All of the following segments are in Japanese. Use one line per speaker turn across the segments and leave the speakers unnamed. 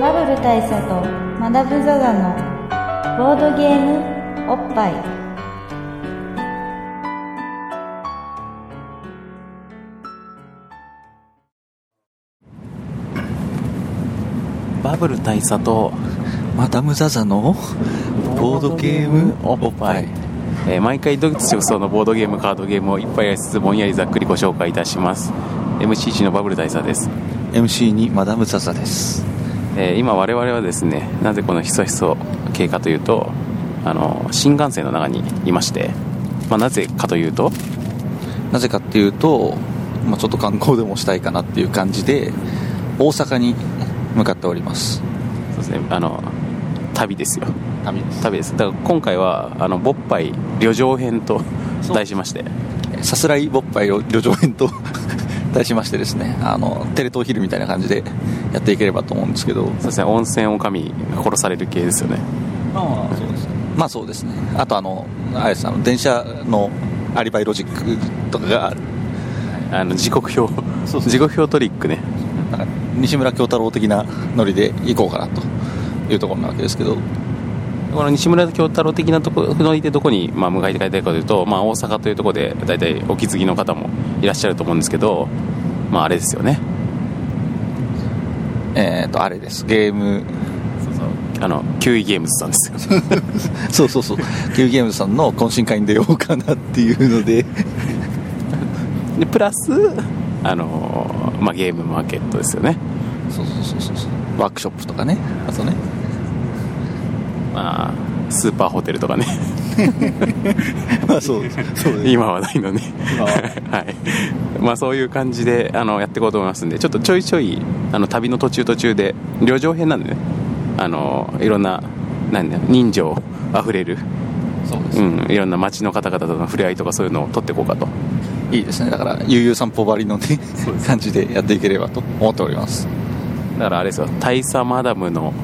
大佐とマダム・ザ・ザのボードゲームおっぱい
バブル大佐とマダム・ザ・ザのボードゲームおっぱい
えー毎回ドイツ直送のボードゲームカードゲームをいっぱいやりつつぼんやりざっくりご紹介いたします MCC のバブル大佐です、
MC にマダム・ザ・ザです
えー今我々はですねなぜこのひそひそ系かというとあの新幹線の中にいまして、まあ、なぜかというと
なぜかっていうと、まあ、ちょっと観光でもしたいかなっていう感じで大阪に向かっております
そうですねあの旅ですよ
旅です
旅ですだから今回はあのボッパイ旅情編と
そう
題しまして
さすらいぼっぱいを旅情編 と題しましてですねあのテレ東昼みたいな感じでやっていければと思うんですけど
そうですね温泉おかみ殺される系ですよね
まあそうですねまあそうですねあとあのあれですあの電車のアリバイロジックとかが
あの時刻表
そうそう
時刻表トリックね
なんか西村京太郎的なノリで行こうかなというところなわけですけど
この西村京太郎的なところのいてどこに、まあ、向かいて帰りたいかというと、まあ、大阪というところで大体お気づきの方もいらっしゃると思うんですけど、まあ、あれですよね
えっ、とあれですゲーム
あの9位ゲームズさんですよ
そうそうそう Q ゲームズさんの懇親会に出ようかなっていうので
でプラス、あのーまあ、ゲームマーケットですよね、
そうそうそうそうそうワークショップとかねあとね
まあ、スーパーホテルとかね
まあ そうですそうです
今はないのね
今 は
はいまあ、そういう感じであのやっていこうと思いますんでちょっとちょいちょいあの旅の途中途中で旅情編なんでねあのいろんななんだ人情あふれる
そうです
うん、いろんな街の方々との触れ合いとかそういうのを取っていこうかと
いいですねだから悠々散歩ばりのね感じでやっていければと思っております
だからあれですよ大佐マダムの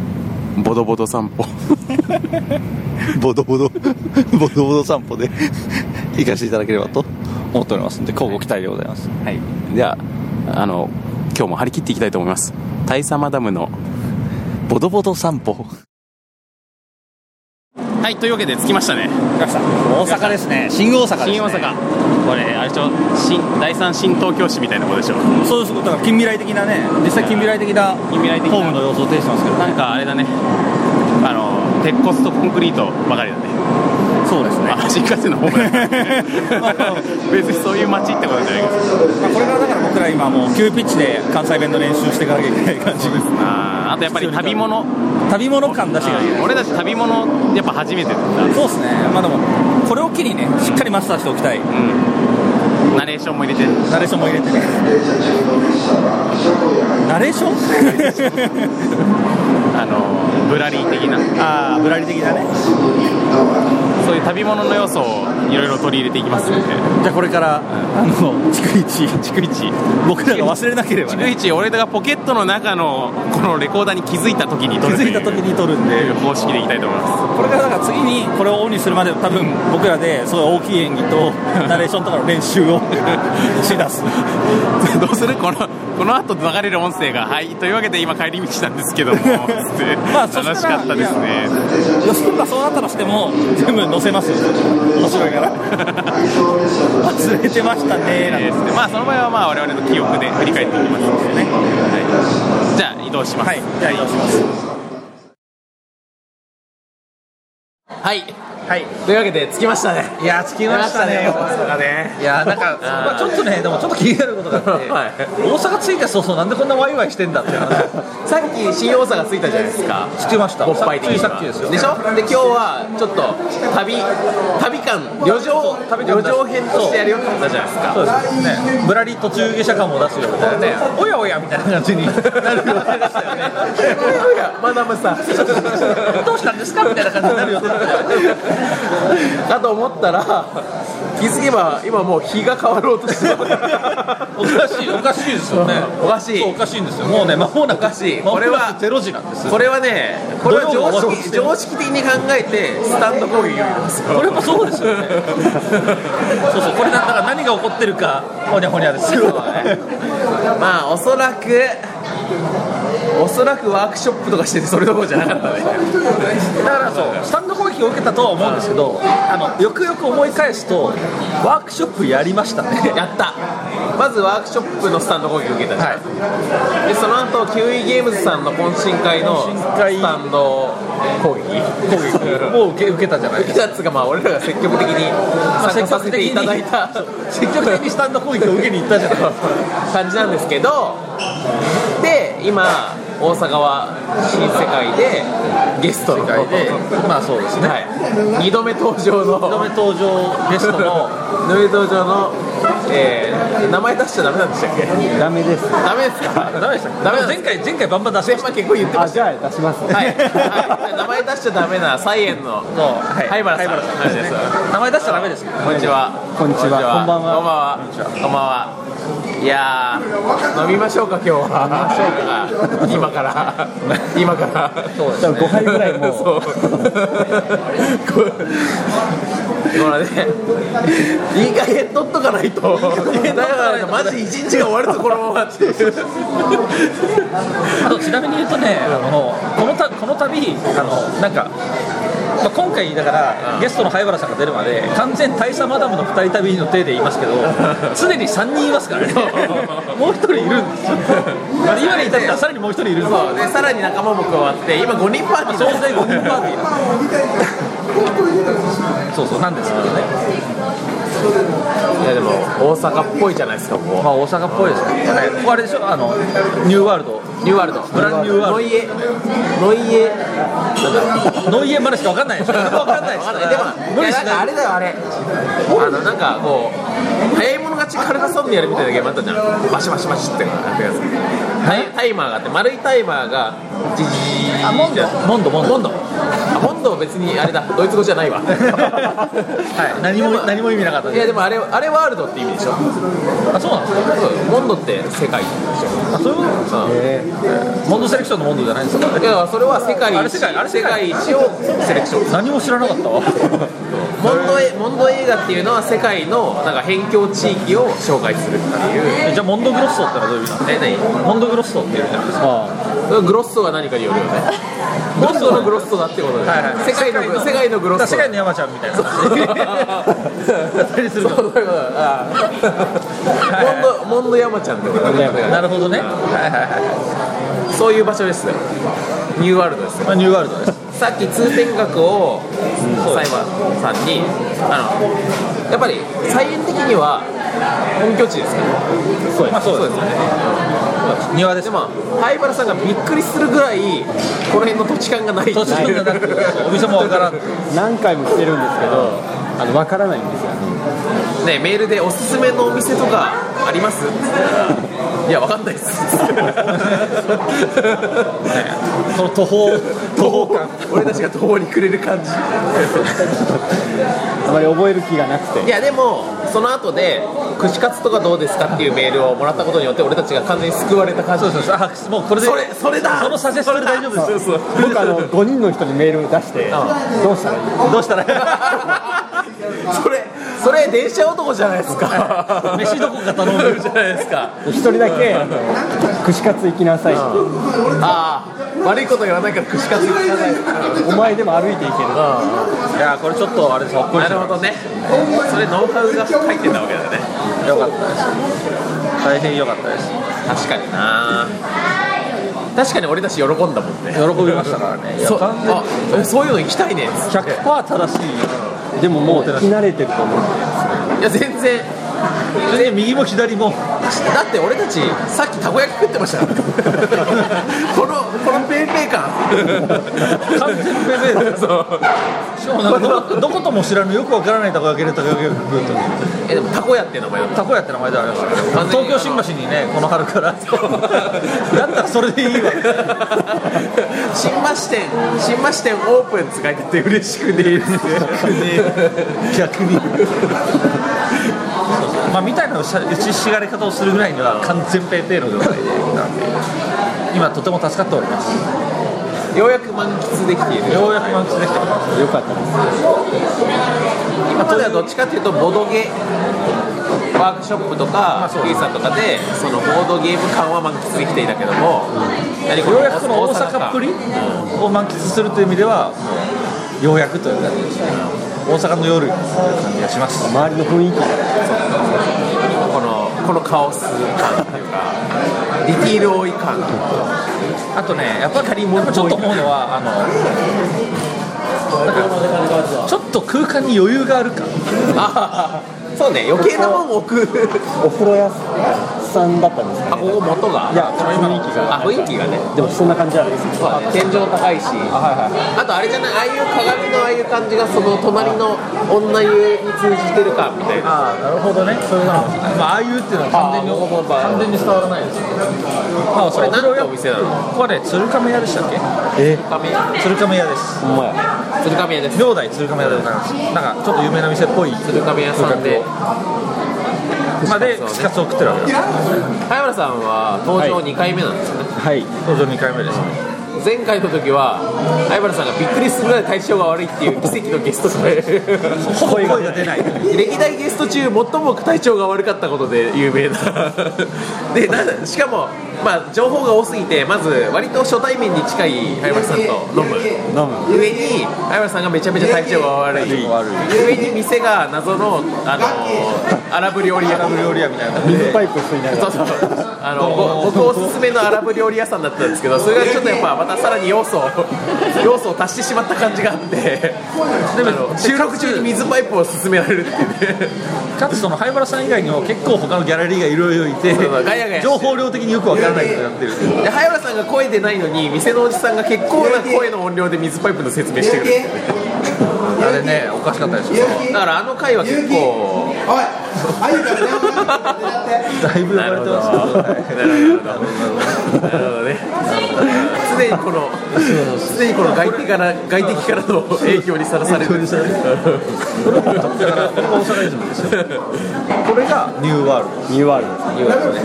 ボドボド散歩
ボ ドボドボドボド散歩で 行かせていただければと思っておりますんで交互期待でございます
はいではあの今日も張り切っていきたいと思います大佐マダムの
ボドボド散歩
はいというわけで着きましたね
大阪ですね新大阪です、ね、
新大阪これあれでしょ新第三新東京市みたいなことでしょ
そうですだから近未来的なね実際近未来的な
近未来的な
ホームの様子を呈してますけど
なんかあれだねあの鉄骨とコンクリートばかりだね
そうですね
あ新幹線の方が 別にそういう街ってことじゃないです
まあこれからだから僕ら今もう急ピッチで関西弁の練習していかなきゃいけない感じです
あーあとやっぱり旅物
旅物感出していかなきゃいけない
俺たち旅物やっぱ初めてだった、
そうですねまあでもこれを機にねしっかりマスターしておきたい
うん、ナレーションも入れて
ナレーションも入れてねナレーション
あのブラリー的な
ああぶらり的なね
そういう旅物の要素をいろいろ取り入れていきますんで
じゃあこれからあ の逐一
逐一
僕らが忘れなければ
逐
ね
一俺がポケットの中のこのレコーダーに気づいた時に
気
撮ると
づ
いう
いた時に撮るんで
方式でいきたいと思いま
これからだから次にこれをオンにするまで多分僕らですごい大きい演技とナレーションとかの練習を しだす
すどうするこのこの後流れる音声がはいというわけで今帰り道なんですけどもつって
まあそしたら
楽しかったですね
予想がそうなったとしても全部載せますよ面白いから忘れてましたねなんて
ですねまあその場合はまあ我々の記憶で振り返っていきますのでね、はい、じゃあ移動します
はいじゃあ移動します
はい
はい
というわけで着きましたね
いや着きましたね大阪ねいやなんか、まあ、ちょっとねでもちょっと気になることがあって、
はい
大阪着いた早々なんでこんなワイワイしてんだって話
さっき新大阪着いたじゃないですか
聞きました
勃発的
つい
に
さっきですよ
でしょで今日はちょっと旅旅感旅情
旅感
旅情編としてやるよって言ったじゃないですか
そうですね、ぶらり途中下車感も出すよみたいなね、おやおやみたいな感じになる予定でしたよね、おやマダムさん、どうしたんですかみたいな感じにな る予定だったよね、
だと思ったら気づけば今もう日が変わろうとしてる
おかしい、おかしいですよね、
おかしい
そうおかしいんですよ、もうね、魔法なく、
かしい
こ
こ
れ
れ
は
は
0時なんですよ、
これはねこれは
土曜の
常
終
識
わ
常識的に考えてスタンド攻撃を入れます
これもそうですよね、 そうそう、これだから何が起こってるか、ほにゃほにゃですよ、
まあおそらくおそらくワークショップとかしててそれどころじゃなかったね
だからそうスタンド攻撃を受けたとは思うんですけどあのよくよく思い返すとワークショップやりましたね
やったまずワークショップのスタンド攻撃を受けたじゃんでその後キウイゲームズさんの懇親会のスタンド攻撃攻 撃
もう受け受けたじゃない
受けたっつうかまあ俺らが積極的に参加させていただいた
積極的にスタンド攻撃を受けに行ったじゃない
感じなんですけどで今大阪は新世界でゲストの
でまあそうですね
はい、2度目登場の
2度目登場ゲスト の
ヌード上の、えー、名前出しちゃダメなんでしたっけ
ダメです。
ダメですか
ダメでした
ダ
ダ
メ
メ
なんで
前
す
回前回バンバン出しました
結構言ってま
あ、
し
じゃあ出します。
たはい、はい、名前出しちゃダメなサイエンの
そうはい
灰原さんの話です
名前出しちゃダメですけど
こんにちは
こんにちは。こんばんは。
こんばんはこんばんはいやー飲みましょうか今日は飲みましょうか今から今から
そうです
じゃあ5杯ぐらいもう。
そう。こほらね、いい加減 取っとかないと。だからね、マジ一日が終わるぞ、このままっていう。
あとちなみに言うとね、あのこのたこの度あのなんか、まあ、今回だから、ゲストの灰原さんが出るまで完全大佐マダムの二人旅の体で言い ますけど常に3人いますからねもう1人いるんですよまあ今に至ってはさらにもう1人いるんですよ
そうで、さらに仲間も加わって、今5人パーティー
総
だ
勢5人パーティーなんですそうそうなんですけどね、
いや、でも、大阪っぽいじゃないですか、もう。
まあ、大阪っぽいですねここあれでしょあのニューワールド
ニューワールド。
ブランニューワールド
ノイエ。ノイエ。なんだ。
ノイエンまでしか分かんないでしょ分かんないで
わ
す
か
か
ん
ら
ないでも、
無
い
理し
やなん
ない
かあれだよ、あれ。あの、なんか、こう。早い者勝ちカルカソンヌやるみたいなゲームあったじゃん。バシバシバシって、やったやつ。タイタイマーがあって、丸いタイマーが。じじじじ。
あモンドモンドモンド
モンドあモンドは別にあれだドイツ語じゃないわ
はい何も何も意味なかった
い
で
や
す
でもあれあれワールドって意味でしょ
あそうなんですか
そうモンドって世界
あそういうことなんですかモンドセレクションのモンドじゃないんですか
いやそれは世界一
あれ世界あれ世界
世界一をセレクション
何も知らなかったわ
モンドえ モンド映画っていうのは世界のなんか辺境地域を紹介するっていう
えじゃあモンドグロッソってのはどういう意味な
え何
のモンドグロッソっていうじゃないですか
グロッソが何かによる よねモンドのグロッソだってことで、世界の世界のグロッ
だ
ソ
から世界の山ちゃんみたいな話 だったりする
そういうことだあーモンドモンド山ちゃんってことだ
なるほどね、はいはいはい
そういう場所ですよニューワールドですよ
まあ、ニューワールドです
さっき通天閣をサイバーさんにあのやっぱり菜園的には本拠地ですから
そうです,、まあ、そうです
よね
庭です
でも灰原さんがびっくりするぐらいこの辺の土地勘がないっていう
年取ったなくてお店もわからん
何回も来てるんですけど、あのわからないんですよね。
ねメールでおすすめのお店とかあり ますいやわかんないです
その途方途方感
俺たちが途方に暮れる感じ
あまり覚える気がなくて
い。やでもその後で串カツとかどうですかっていうメールをもらったことによって俺たちが完全に救われた感じ
そうですそうですあもうこれで
それそれだ
そのサジェストで大丈夫ですよ
僕あの5人の人にメール出して、どうしたらいい
どうしたら
それそれ電車男じゃないですか
飯どこか頼む
じゃないですか
一人だけあの串カツ行きなさいって
ああ悪いこと言わないから串カツ行かない
お前でも歩いて行ける
いやこれちょっとあれですほっこり
な
し
る
ま
ほどねそれノウハウが入ってたわけだね
すよかったです大変良かったです
確かにな確かに俺たち喜んだもんね
喜びましたからね
そう
完全に
あえそういうの行きたいね
100%正しい
でももう行き慣れてると思う
いや全
全
然
然右も左も
だって俺たちさっきたこ焼き食ってましたからこのこのペーペー感
完全にペペですしかもなんかど こどことも知らぬよくわからないたこ焼きでたこ焼きを食うと
えでもたこ屋っていう名前だった
たこ屋って名前ではありますけ
完全
ど
に
東京新橋にねこの春から だったらそれでいいわ
新橋店新橋店オープンって書いてあって嬉しくねえって
逆にまあみたいな打ちしがれ方をするぐらいには完全ペーペーの状態でなんで今とても助かっております
ようやく満喫できている
ようやく満喫できた
よかったです
今まではどっちかというとボードゲワークショップとか
そう
イーサとかでそのボードゲーム感は満喫できていたけども、何こ
よ
の
うやくこの大阪っぷりを満喫するという意味ではようやくという感じですね大阪の夜という感じがします
周りの雰囲気
このこのカオス感というかディティール多い感
あとね、やっぱりやっぱちょっと思うのは、あのなんかちょっと空間に余裕があるか、
あーそうね余計なもん置く
お風呂屋さんだったんですか
あここ元が
いや雰囲気が
あ雰囲気がね
でもそんな感じじゃないですか
そうだね天井高いしあとあれじゃないああいう鏡のああいう感じがその隣の女湯に通じてる感みたいな
あなるほどね、そういうのかもしれない、まあ、ああいうっていうのは完全に完全に伝わらないですよね、まあ、そ
こ
れ、
れ
こ
何てお店なの
こはね、鶴亀屋でしたっけ、
え
亀
鶴亀屋です、
ほんまや
鶴亀屋です
明大鶴亀屋でございます、なんかちょっと有名な店っぽい、
鶴亀屋さんで
まあ、で、串カツを食ってるわけです、
早原さんは登場2回目なんですよね、
はい
登場2回目ですね、
前回の時は早原さんがびっくりするぐらい体調が悪いっていう奇跡のゲストで
声が出ない、
歴代ゲスト中最も体調が悪かったことで有名なでなしかも、まあ、情報が多すぎてまず割と初対面に近い早原さんと飲む
飲む
上に早原さんがめちゃめちゃ体調が悪い上に店が謎のあのアラブ料理屋アラブ料理屋みたいな
水パイプ吸いなが
そう
ら
そうあのご僕おすすめのアラブ料理屋さんだったんですけどそれがちょっとやっぱまたさらに要素を要素を足してしまった感じがあってでも収録中に水パイプを勧められるっていうね
かつ、その灰原さん以外にも結構、他のギャラリーがいろいろいて
そうガヤガヤしてる、
情報量的によくわからないことになってる。
で早原さんが声でないのに店のおじさんが結構な声の音量で水パイプの説明してくる
あれね、おかしかったでしょ。
だからあの回は結構
だいぶ呼ばれてますけど。
なるほどね常にこの常にこの外敵から外敵からの影響にさらされる
だから、これが大阪イズムですよ。これがニューワールド。
ニューワールド
ニューワールドね。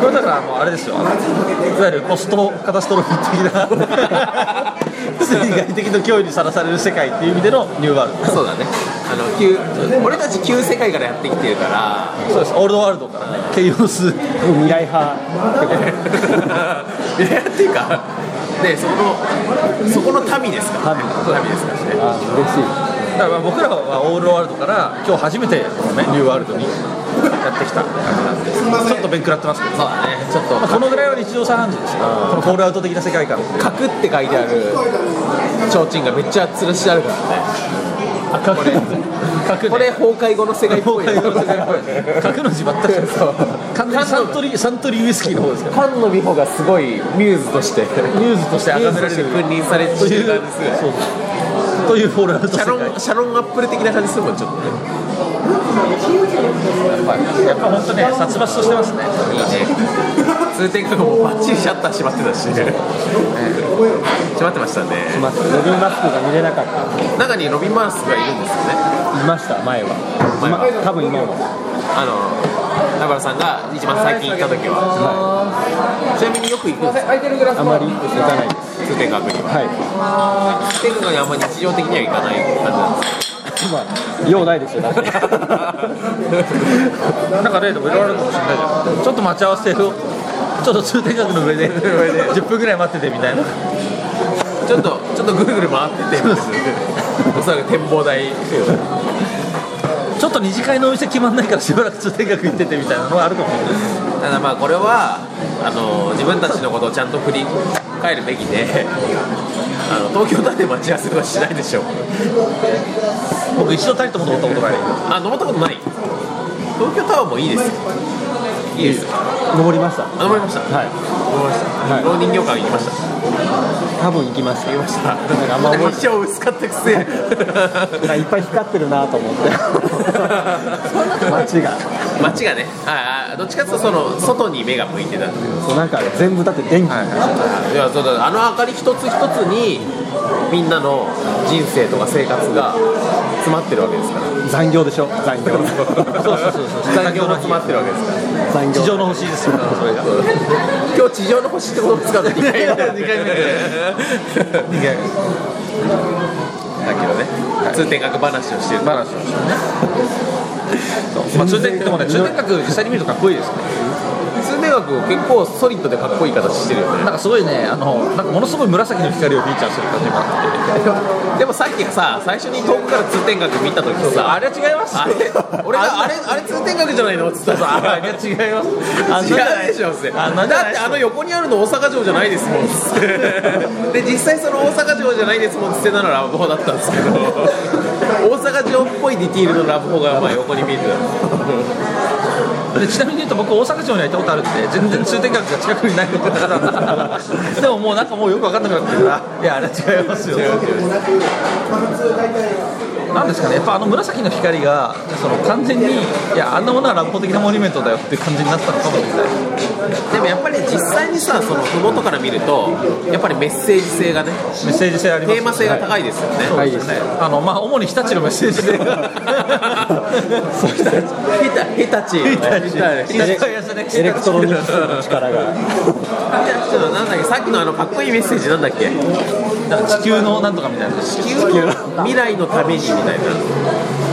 これだから、もうあれですよ。あのいわゆるポストカタストロフィ ー的な。水害的な脅威にさらされる世界っていう意味でのニューワール
そうだねあの旧俺たち旧世界からやってきてるから
ド。そうです。オールドワールドからね。ケイオス。
未来
い
派
やっていうかでそこのそこの民ですからね民ですからね
あ嬉しい
だから、僕らはオールドワールドから、今日初めて、このね、ニューワールドに。やってきた感じなんで、ちょっと弁食らってますけど。
そうだねちょっ
まあ
と
このぐらいは日常茶飯事ですよ。このホールアウト的な世界観。
「角」って書いてある提灯がめっちゃ吊るしてあるからね
角
これこれ崩壊後の世界っぽい
崩壊後の世界っぽい角の字ばっか りです完全にサントリーサントリーウイスキーの方ですか
パンの美穂がすごいミューズとして
らニューズとして崇め
明め
られ
られ
る
る君臨され
と
て
い
る
う
感じする
そうというフォールアウト
シ
世
ャ
界
ロンシャロンアップル的な感じするもんちょっとね
やっぱ本当ね殺伐としてますね
いいね通天閣もバッチリシャッター閉まってたし閉まってましたね
マスクロビンマスクが見れなかった
中にロビン・マースがいるんですよね
いました前は
前は
ま多分今は
あの田原さんが一番最近行った時はちなみによく行くんですか
あまり行かないです
通天閣には
はい
通天閣にあんま日常的には行かない感じなんです
まあ用ないですよだって
なんか例でもいろいろあるかもしれないじゃんちょっと待ち合わせをちょっと通天閣の上で10分ぐらい待っててみたいな
かちょっとちょっとぐるぐる回っててみたいなおそらく展望台
ちょっと二次会のお店決まんないからしばらく通天閣行っててみたいなのはあるかもしれない
ただまあこれはあの自分たちのことをちゃんと振り返るべきであの東京だって待ち合わせはしないでしょう
僕一度たりとも登ったことない
あ登ったことない東京タワーもいいですよいいですよ
登りました
あ登りました
はい
登りました、
はい
老人業館行きました
多分行きました行きましたなんかあん ま覚えて
印象薄かったくせ
なんかいっぱい光ってるなと思って街が
街がねああどっちかっていうとその外に目が向いてたっていう
そうなんか全部だって電
い
気、
やそうだあの明かり一つ一つにみんなの人生とか生活が詰まってるわけですから
残業でしょ残業
そうそうそうそう。残業も詰まってるわけですから。
残
地
業
上の星ですよそれが
今日地上の星って言葉 使うの2回目だ2回目だけどね通天閣話をしてる
話をしてねそうまあ通天閣でもね通天閣実際に見るとかっこいいですね
通天閣結構ソリッドでかっこいい形してるよね
なんかすごいねあのなんかものすごい紫の光をフィーチャーする感じもあって
でもさっきさ最初に遠くから通天閣見た時さあれ違いますあれ俺があれあれ通天閣じゃないのっつったらさあれ違います違うでしょってだってあの横にあるの大阪城じゃないですもんっつってで実際その大阪城じゃないですもんっつってなのラブホだったんですけど大阪城っぽいディティールのラブホがまあ横に見えてた
でちなみに言うと僕大阪城には行ったことあるんで全然通天閣が近くにないことだか らでももうなんかもうよく分かんなくなってるからいやあれ違いますよなんですかねやっぱあの紫の光がその完全にいやあんなものは乱暴的なモニュメントだよっていう感じになったのかもしれない
でもやっぱり実際にさその麓から見るとやっぱりメッセージ性がね
メッセージ性あります
テーマ性が高いですよね、
はいそうですねあのまあ主に日立のメッセージ性 がそう日立
ヒタヒタチヒタチヒタチ
エレクトロニクスの力が
のなんだっけさっきのあのかっこいいメッセージなんだっけ
なんか地球のなんとかみたいな
地球の未来のためにみたい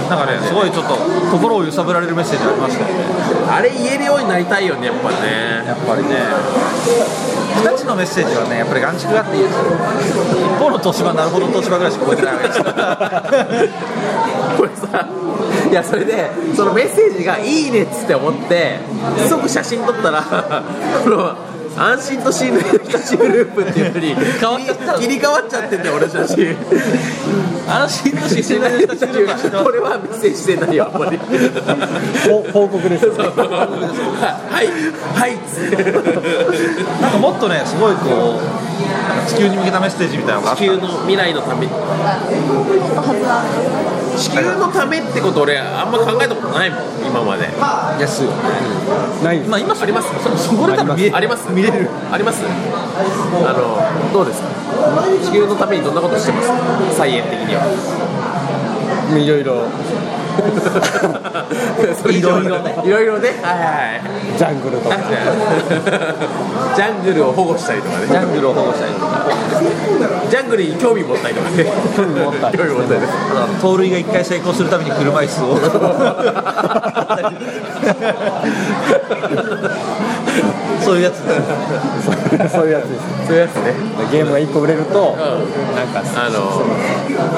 なんかねすごいちょっと心を揺さぶられるメッセージありましたよね
なあれ言えるようになりたいよねやっぱね
やっぱりね日立のメッセージはねやっぱり眼畜があっていいですよ一方の東芝なるほど東芝ぐらいしか超えてないわけですから
これさいやそれでそのメッセージが「いいね」っつって思って即写真撮ったらこの安心と信頼の日立グループっていうのに
変わっちゃった
切り替わっちゃってんだよ俺の写真
安心として信頼の日立グループは知ってます
これはメッセージ性ないよあんまり
報報告ですよ
はいはいっつって
なんかもっとねすごいこうなんか地球に向けたメッセージみたいなのがあっ
地球の未来のため地球のためってこと俺あんま考えたことないもん今まで
た安いよね
ないです
まあ今ありますそれそこら見え
あります見れるありますあのどうですか地球のためにどんなことしてます菜園的にはい
ろいろ
いろいろねいろいろねはいはいはい
ジャングルとか
ジャングルを保護したりとかね
ジャングルを保護したりとか
ジャングルに興味持ったりとかね興味持ったり 興味持ったりね
あとは盗塁が1回成功するために車椅子をそういうやつです
そういうやつです
そういうやつね
ゲームが1個売れると
なんかあの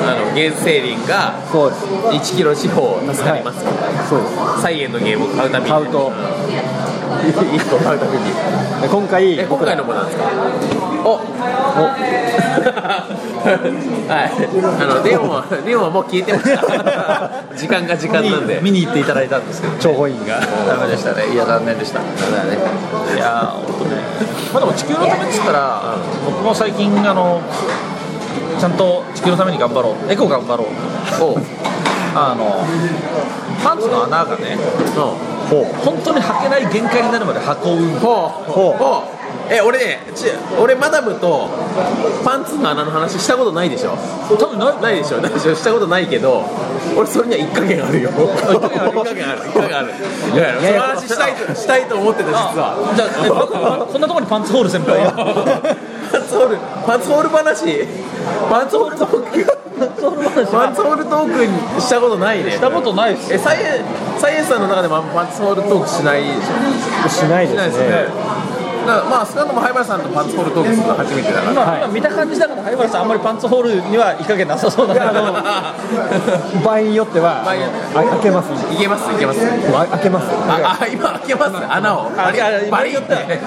あの原生林が
そうです
1キロ四方助かりますみたい
そうです
な菜園のゲームを買うために
買うと
1個買うために
で今回
え今
僕ら
回のもなんですかおお はいあのレオンはレオンはもう消えてました時間が時間なんで
見に行っていただいたんですけど
諜報員が
ダメでしたねいや残念でしただねいやー本当ねまあでも地球のためっつったら、僕も最近あのちゃんと地球のために頑張ろうエコ頑張ろう
お
あのパンツの穴がね
ほう
本当に履けない限界になるまで履こう運動
ほう
ほう
ほうえ俺ねち俺マダムとパンツの穴の話したことないでしょ
多分ない
ないでしょないでしょしたことないけど俺それには一加減あるよ一加減ある一加減あるいやいやその話したいとしたいと思ってた実は
あじゃあ、ね、僕こんなところにパンツホール先輩が
パンツホールパンツホール話パンツホールトークパンツホールトークにしたことないね
したことないっす
えサイエンサイエンさんの中でもあんまパンツホールトークしないでしょ
しないで
しないですすよね
ね
だからまあ少なくとも灰原さんとパンツホールトークするの初めてだから
今,、今見た感じだから灰原さんあんまりパンツホールにはいかげなさそうだな
場合によっては
場合によって
あ開けますね
いけますいけます
あ開けます
ああ今開けます穴を
あいやいや
バリって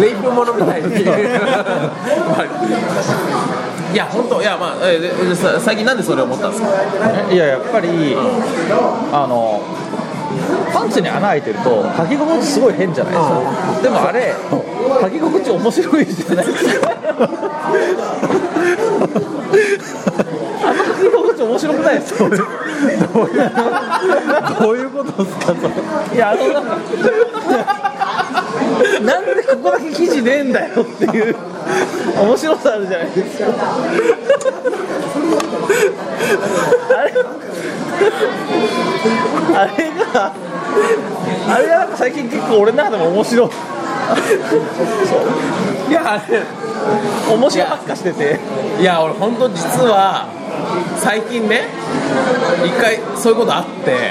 レイプものみ たいにいや本当いやまあえででさ最近なんでそれ思ったんですか
いややっぱり、あのパンツに穴開いてると履き心地すごい変じゃないですか、でもあれ履き心地面白いじゃないですかあの履き心地面白くないですか
どういうことですかそれ
いやあのなんかなんでここだけ生地ねえんだよっていう面白さあるじゃないですかあれあれがあれがなんか最近結構俺の中でも面白いそういやあれ面白いばっかしてて
いや俺本当実は最近ね一回そういうことあって、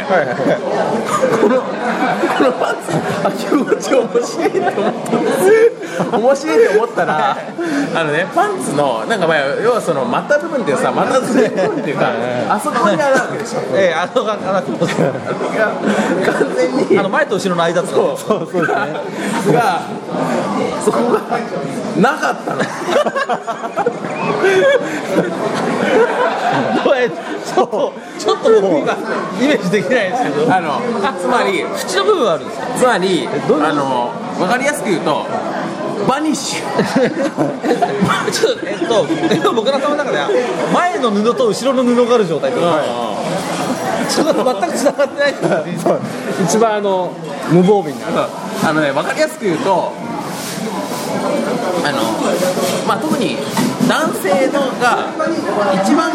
このこのパンツあ気持ち面白いと思ったんです面白いと思ったらあのねパンツのなんかまあ要はその股部分っていうさ股ずれ部分っていうかあそこにあるわけでしょ
ええあのあの
完全に
あの前と後ろの間とか
がそこがなかったの
ちょっとちょっともうイメージできないですけど
あのつまり
口の部分はあるんですか
つまりあの分かりやすく言うとバニッシュ
ちょっとえっと今僕の頭の中では前の布と後ろの布がある状態ってことちょっと全く繋がってない
一番あの無防備になる
あのね分かりやすく言うとあのまあ特に男性のが一番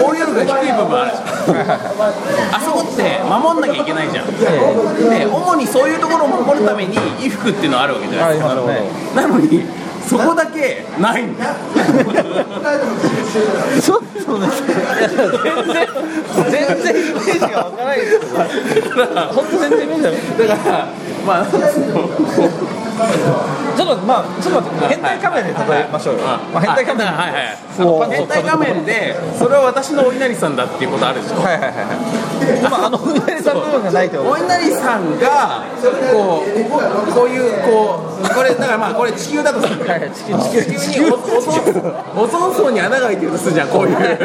防御力が低い部分あるじ ゃんあそこって守んなきゃいけないじゃんで主にそういうところを守るために衣服っていうのはあるわけじゃないですか
なるほど
なのにそこだけないんだよ
ちょっとね、全然、全然イメージがわからないですけど、本当全然イメージがわからない。
だからまあ
ちょっと、まあ、ちょっと待って、変態仮面で例えましょうよ。まあ、変態仮面。
はいはいはい変態画面でそれは私のお稲荷さんだっていうことあるでしょ
はいはいはいはい。まあ、あの、ふみやりさんの部分がないってこと
お稲荷さんがこうこういうこうこれだからまあこれ地球だとする
はいはい、地球、地球、
地球におおゾンオゾン層に穴が開いてるとするじゃんこういうね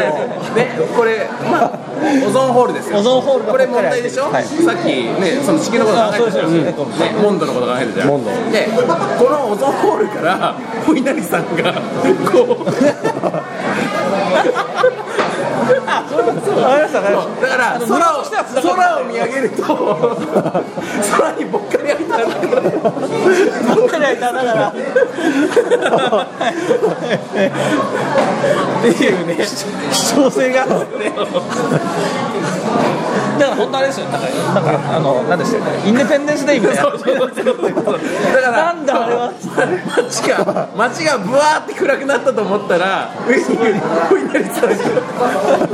これまあオゾンホールですよ
オゾンホールが
これ問題でしょ、
はい
さっきねその地球のこと考えてたじゃんねモンドのこと考えてたじゃん
モンド
でこのオゾンホールからお稲荷さんが こう
わかりました、わかりまし
だから空を空を見上げると空にぼっかり開いた穴が
た。持ってないだから。っていうね、希少性が。だから本当あれですよ、だから、なんか、あの、なんでしたっけ、インデペンデンスデイみたいな。
だから
なんだあれは
街が街がブワーって暗くなったと思ったら上にお稲荷さんが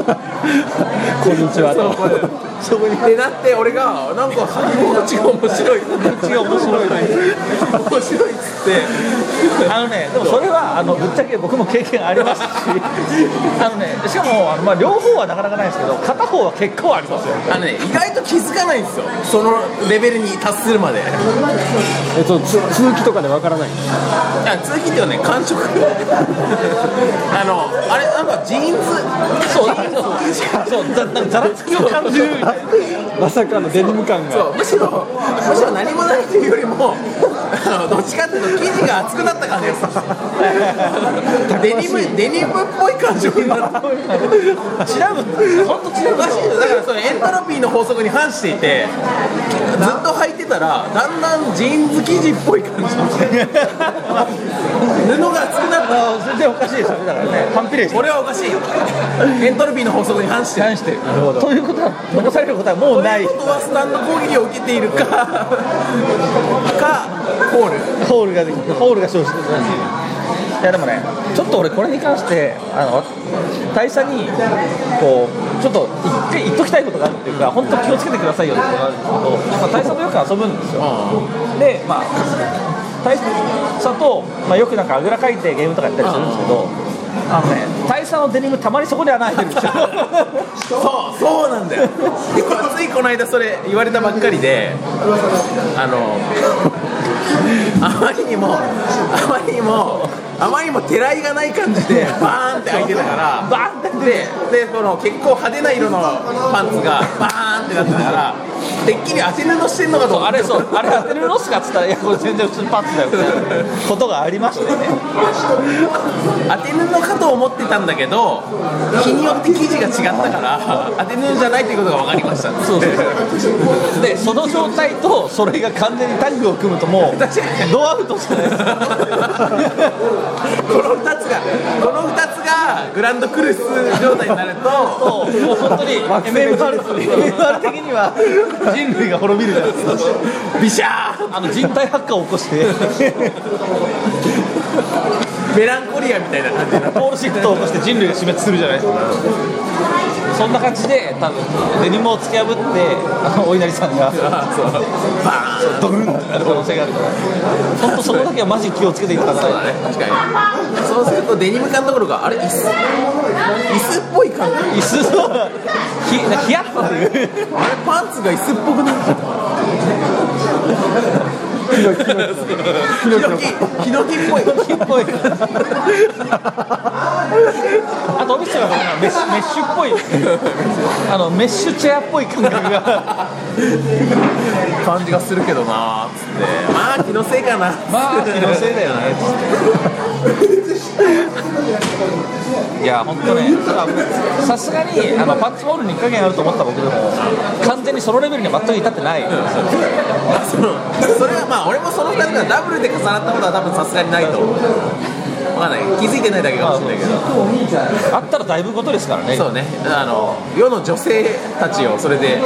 こんにちは
そうこれそこにってなって俺がなんか気持ちが面白い気持ちが面白い面白いっつって
あのね、でもそれはあのぶっちゃけ僕も経験ありますし、 あのね、しかもあの、まあ、両方はなかなかないですけど、片方は結構ありますよ。
あのね意外と気づかないんですよそのレベルに達するまでい
えっとつ通気とかでわからない
や通勤っていうかね感触 あのあれなんかジーンズ
そう、そう、ざなんかざらつきを感じるみたいな。
まさかのデニム感が
そうむしろむしろ何もないというよりもあのどっちかっていうと生地が厚くなった感じがするデニムデニムっぽい感触になった
ちなみに、本当ちな
おかしいよだからそのエントロピーの法則に反していてずっと履いてたらだんだんジーンズ生地っぽい感じになって布が厚くなった
あ全然おかしいですよね、だからね、反比例して。
これはおかしいよエントロピーの法則に反して
関してるということは残されることはもう
と
ない
いうことはスタンド攻撃を受けているかかホール
ホールができホールが生じてるいやでもねちょっと俺これに関してあの大佐にこうちょっと言って言っときたいことがあるっていうか本当気をつけてくださいよってことがあるんですけど、まあ、大佐とよく遊ぶんですよでまあ大佐と、まあ、よくなんかあぐらかいてゲームとかやったりするんですけどあのね大佐のデニムたまにそこに穴開いてるんですよ
そうそうなんだよでこれついこの間それ言われたばっかりであのあまりにもあまりにもあまりにもてらいがない感じでバーンって開いてたから
バーンって開いて
ででこの結構派手な色のパンツがバーンってなってたからてっきり足布してんのかと思
あ
って
れそうあれ当てるロスかっつったらいやこれ全然普通にパンツだよみたいなことがありましてね
当て布かと思ってたんだけど日によって生地が違ったから当て布じゃないっていうことが分かりましたそう
でその状態とそれが完全にタッグを組むともう
確かに
ノーアウトしかないです
この2つがこの2つがグランドクルス状態になると
もう本当に MMR 的には人類が滅びるじゃないですか
ビシャー
あの人体発火を起こして
メランコリアみたいな感じ
ポールシフトを起こして人類が死滅するじゃないですかそんな感じで多分デニムを突き破ってあのお稲荷さんがドブンってなる可能性があるから本当そこだけはマジ気をつけていただきたい
だね確かにそうするとデニム感どころかあれ椅子椅子っぽい感じ
椅 子のひなヒヤッとっていう
あれパンツが椅子っぽくなっちゃったヒノキヒノキっぽ
っ
い
ぽいあとお店はこのメッシュメッシュっぽいあのメッシュチェアっぽい感覚が
感じがするけどなーっつってまあ気のせいかな
まあ気のせいだよねいや本当ねたださすがにあのパッツボールに影あると思った僕でも完全にそのレベルには全く至ってない
そのそれはまあ俺もその2人がダブルで重なったことは多分さすがにないと思う分かんない気づいてないだけかもしれないけど
あったらだいぶことですからね
そうねあの世の女性たちをそれで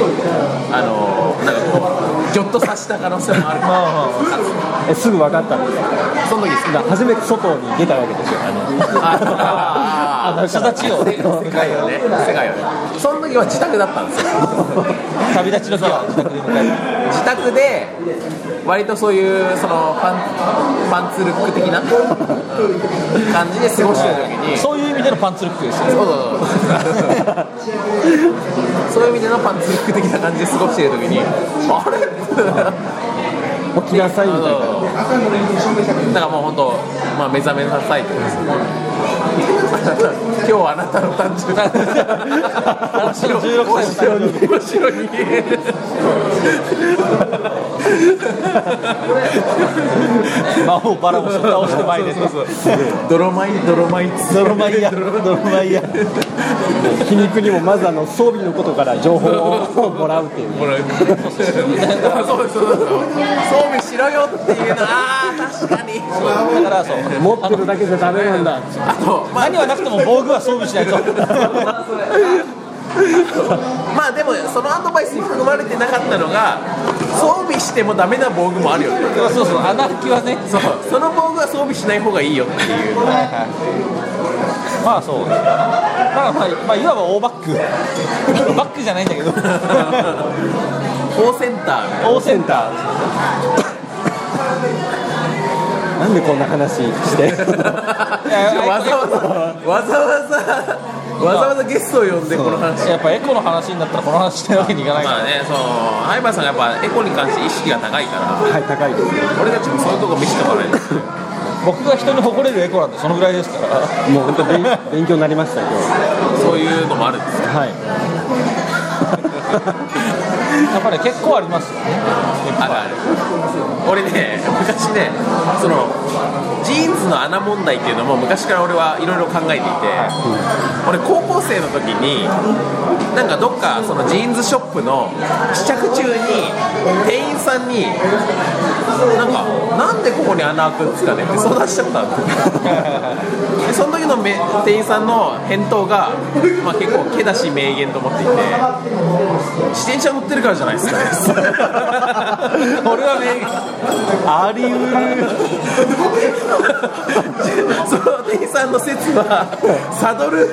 あのなんかこうギョッとさせた可能性もある
まあまあま
えすぐ分かったんです
その時です
だから初めて外に出たわけですよあの
あ
あ人たちを
ー 世界よね世界よねその時は自宅だったんですよ
旅立ちの日は自宅で迎える
自宅で割とそういうそのパンパンツルック的な感じで過ごしてる時に
そういう意味でのパンツルックですよ
そうそうそうそういう意味でのパンツルック的な感じで過ごしている時にあれ
起きなさいみたいな
だからもう本当、まあ、目覚めなさいってことですね今日あなたの誕生日
16歳の誕
お城にお城に
魔法バラも倒して前で
泥舞泥舞
泥マイヤ 泥マイヤ
皮肉にもまずあの装備のことから情報をもらうっていうね
もらうそうですそうです装備しろよっていうのあー確かに
だからそう
持ってるだけじゃダメなんだ
あとまあ
何はなくても防具は装備しないと
まあでもそのアドバイスに含まれてなかったのが装備してもダメな防具もあるよね
そうそう穴開きはね
そうその防具は装備しない方がいいよっていう
まあそうだからまあ、まあ、いわば大バックバックじゃないんだけど
ホーセンター
大センター
なんでこんな話して
いやや
わざわざわざわざわざわざゲストを呼んでこの話
っぱエコの話になったらこの話してるわけにいかないから、
まあねその相葉さんがやっぱエコに関して意識が高いから
はい高いです
俺たちもそういうとこ見せてもらえないと
僕が人に誇れるエコなんてそのぐらいですから
もう本当勉勉強になりました今日
そういうのもあるんですよ
は
やっぱり結構ありますよね
あるある俺ね昔ねそのジーンズの穴問題っていうのも昔から俺はいろいろ考えていて俺高校生の時になんかどっかそのジーンズショップの試着中に店員さんになんかなんでここに穴開くんですかねって相談しちゃったんですよでその時のめ店員さんの返答が、まあ、結構けだし名言と思っていて自転車乗ってるからじゃないですか
俺はねありうる
その店員さんの説はサドル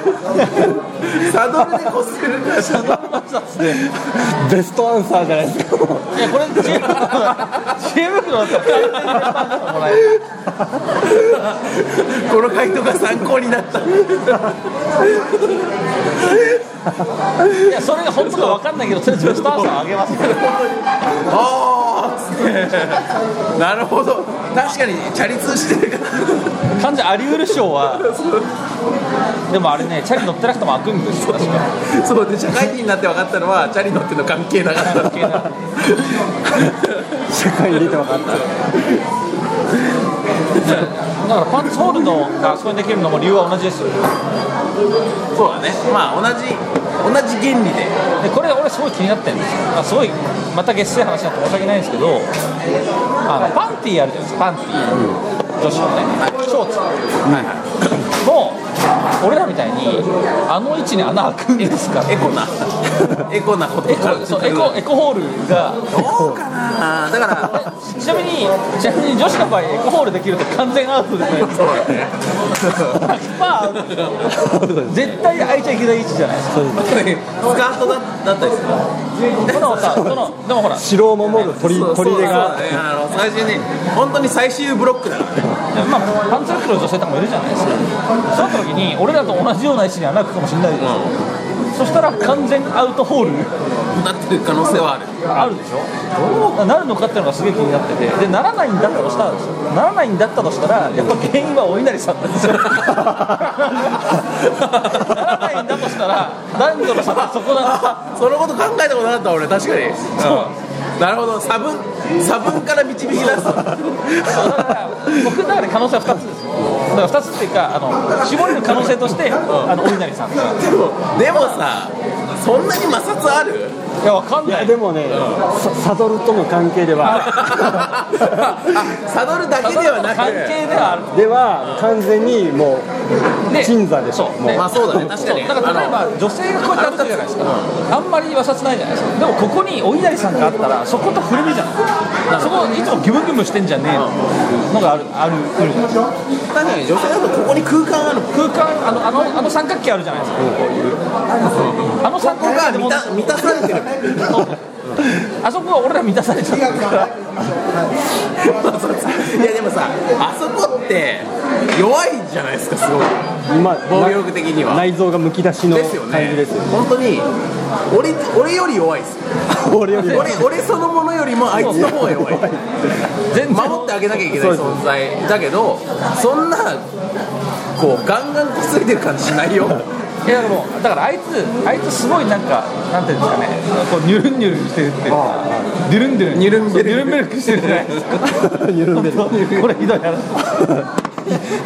サドルでこするからじゃない
いベストアンサーじゃないですか
いやこれ知恵袋知恵袋だったら完全にやったんだもんこれ
この回答が参考になった
いやそれが本当かわかんないけどとりあえずベストアンサーあげます
ああなるほど確かにチャリ通してるから
完全ありうる賞はでもあれねチャリ乗ってなくても開くんですよ確か
そうで社会人になって分かったのはチャリ乗っての関係なかった
係な
社会に出て分かっ
だからパンツホールのがあそこにできるのも理由は同じですよで
そうだねまあ同じ同じ原理で
これ俺すごい気になってるんですよあすごいまた下水話になって申し訳ないんですけどあのパンティーあるじゃないですかパンティー、女子のねショーツ、もう俺らみたいにあの位置に穴開くんですか
エコ なエコなこと
エコそうエコエコホールが
あーだから
ちなみにちなみに女子の場合エコホールできると完全アウトじゃないですか100%絶対開いちゃいけない位置じゃないですか
スカートだだったりする
でもさそのでもほら
城を守る鳥
そう
鳥出
そう
が
だねあの最終に本当に最終ブロックだから
まあ、パンツラックの女性とかもいるじゃないですか、そうなった時に、俺らと同じような位置に穴開くかもしれないでしょ、そしたら完全アウトホール
なってる可能性はある
あるでしょ、どうなるのかっていうのがすげえ気になってて、でならないんだったとしたらですよ、ならないんだったとしたら、やっぱ原因はお稲荷さんなんですよ。ならないんだとしたら、男女の差はそこなんですよ
あそのこと考えたことなかった俺確かにうんなるほど差分差分から導き出す
だから僕の中で可能性は2つですよ、だから2つっていうか、あの絞れる可能性として、あのお稲荷さん。い
でもさそんなに摩擦ある
や、わかん
い
な
や
い
でもね、さサドルとの関係 では
あサドルだけではな
関
く
係ではある
では完全にもう鎮座でしょ
そう
もう
まあそうだね確かに
だから例えば女性がこうやって歩くじゃないですか、あんまり摩擦ないじゃないですかでもここにお稲荷さんがあったらそこと触れるじゃないそこいつもギュムギュムしてんじゃねえののがあるある来るじゃないですか
確かに女性だとここに空間あるもん
空間あのあのあの三角形あるじゃないですか、こういうあの三
ここ
角
が
形
満た満たされてる
あそこは俺ら満たされちゃったから
いやでもさあそこって弱いじゃないですかすごい
今
防御力的には
内臓がむき出しの
で
感
す
じ
よね
ですよ
本当に俺俺より弱いっす
俺より
俺俺そのものよりもあいつの方が弱い
全然
守ってあげなきゃいけない存在だけどそんなこうガンガンこすりてる感じしないよ
いやでもだからあいつあいつすごいなんかなんていうんですかねこうニュルンニュルンしてるっていうかデュルンデュルンニュルンニュルンベルクしてるじゃないですか
緩んでる
これひどい 話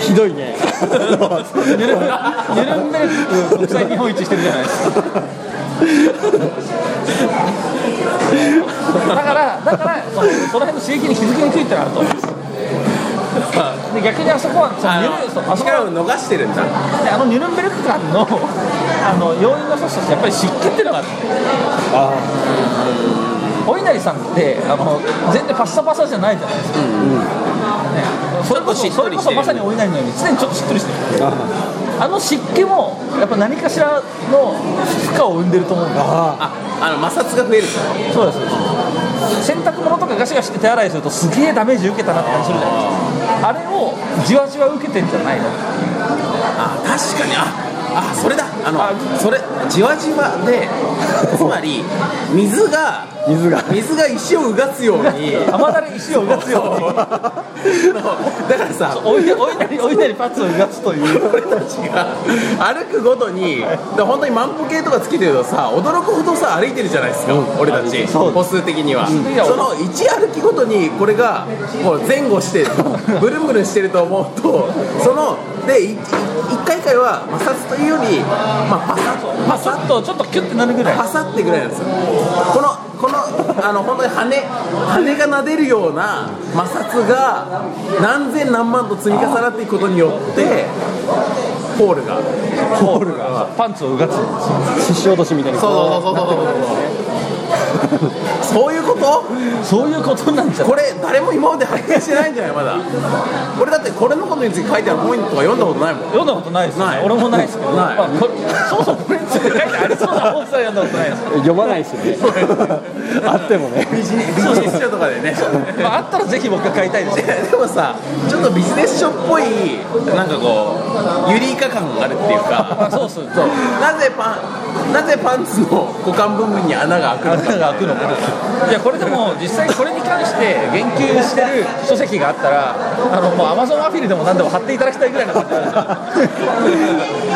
ひどいね
ニュルンニュルンベルク国際日本一してるじゃないですか。 だから、だからその、その辺の刺激に気づきにくいってのはあると思います。で逆にあそこは、そのニュルンそうあそこ
力
は
を逃してるんだ
ねあのニュルンベルク間の あの要因の一つとして、やっぱり湿気っていうのがあって、お稲荷さんってあの、全然パッサパサじゃないじゃないですか。ね、それこそそれこそまさにお稲荷のように、常にちょっとしっとりしてる。あの湿気もやっぱ何かしらの負荷を生んでると思うんだ
ああの摩擦が増えるから
そうです洗濯物とかガシガシって手洗いするとすげえダメージ受けたなって感じするじゃないですかあれをじわじわ受けてんじゃないの
あ確かにああそれだあのそれじわじわでつまり水が
水が
水が石をうがつように
雨だれ石をうがつように
だからさ
おいでおいなりおいなりパツをうがつという
俺たちが歩くごとにだから本当に万歩計とかつけてるとさ驚くほどさ歩いてるじゃないですか、俺たち歩数的には、その1歩きごとにこれがもう前後してブルンブルンしてると思うとそので1回1回は摩擦というより、まあ、パサッ
パサッとちょっとキュッてなるぐらい
パサってぐらいなんですよこのこのあの本当に羽羽が撫でるような摩擦が何千何万と積み重なっていくことによってホールが
ホールがパンツをうがつんですよ
獅子落としみたいにこ
そうそうそうそうそういうこと
そういうことなんじゃない
これ誰も今まで発見してないんじゃないまだ俺だってこれのことについて書いてある本とか読んだことないもん
読んだことないですよね
ない
俺もないですけど、
ない
まあこれそもそもこれについて書いてありそうな本さえ読んだことないです
れ読まないですよねあってもね
ビジネビジネス書とかでね
まあ、あったらぜひ僕が買いたいですね
でもさちょっとビジネス書っぽいなんかこうユリイカ感があるっていう
あ
か
そうっすね
そうなぜパンなぜパンツの股間部分に穴が開くのか
が開くのかいやこれでも実際これに関して言及してる書籍があったらあのもうアマゾンアフィリでも何でも貼っていただきたいぐらいな感じなんで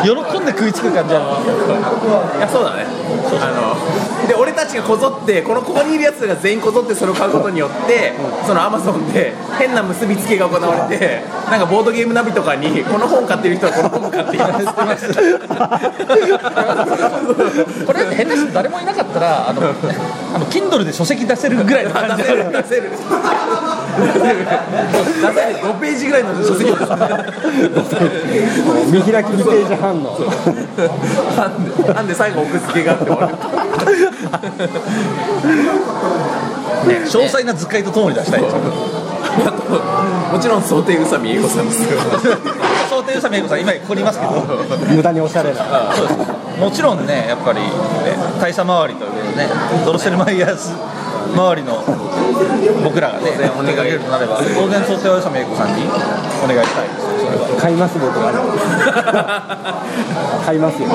すよ喜んで食いつく感じある
いやそうだねあので俺たちがこぞってこのここにいるやつが全員こぞってそれを買うことによってそのアマゾンで変な結びつけが行われてなんかボードゲームナビとかにこの本買ってる人はこの本買っています
これ下手して誰もいなかったらあのあの Kindle で書籍出せるぐらいの感じ
出せる出せる出せる5ページぐらいの書籍だった
見開き2ページ半の
なんでなんで最後奥付けがあって終わる
詳細な図解とともに出したいです
もちろん想定宇佐美英子さんですけど
想定さん、めいこさん、今ここにいますけど、
無駄におしゃれな
もちろんね、やっぱり、ね、大佐周りというね、ドロセルマイヤーズ周りの僕らがね、お願いるとなれば、当然、想定はさめいこさんにお願いしたいですよ、それは。
買います僕は買いますよ
ち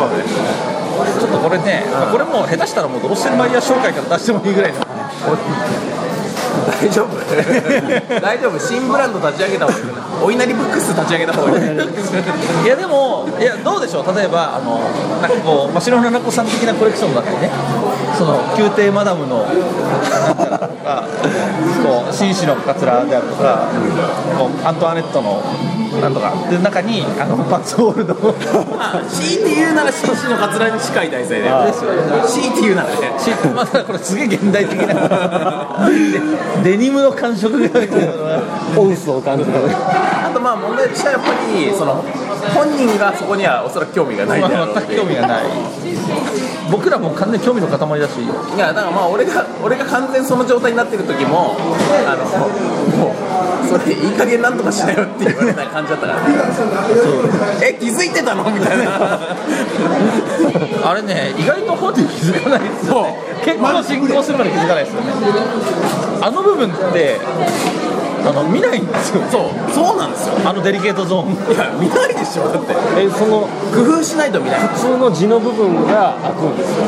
ょっとこれね、これもう下手したら、もうドロセルマイヤー紹介から出してもいいぐらいの、
大丈夫大丈夫新ブランド立ち上げた方がいいかなお稲荷ブックス立ち上げた方がいい
いや、でも、いや、どうでしょう、例えば、あのなんかこう、真白ななこさん的なコレクションだったりね、その宮廷マダムの、 なんだろうとか、こう紳士のかつらであるとか、こうアントワネットのなんとか、で中に、あのパッツオールの。
まあ強いて言うなら紳士のカツラに近い題材だよね
ですよね
強いて言うならね
しまあ、ただこれすげえ現代的なでデニムの感触が
オウスを感じる
あとまあ問題としてはやっぱりその本人がそこにはおそらく興味がないだろう
全く興味がない僕らも完全に興味の塊だし
いやだからまあ俺が俺が完全にその状態になってる時もあのもうそれいい加減なんとかしなよって言われた感じだったからえ気づいてたのみたいな
あれね意外と本人気づかないですよ、ね、結婚進行するまで気づかないですよねあの部分ってあの見ないんですよ
そうそうなんですよ
あのデリケートゾーン
いや見ないでしょだって
えその
工夫しないと見ない
普通の地の部分が開くんですよ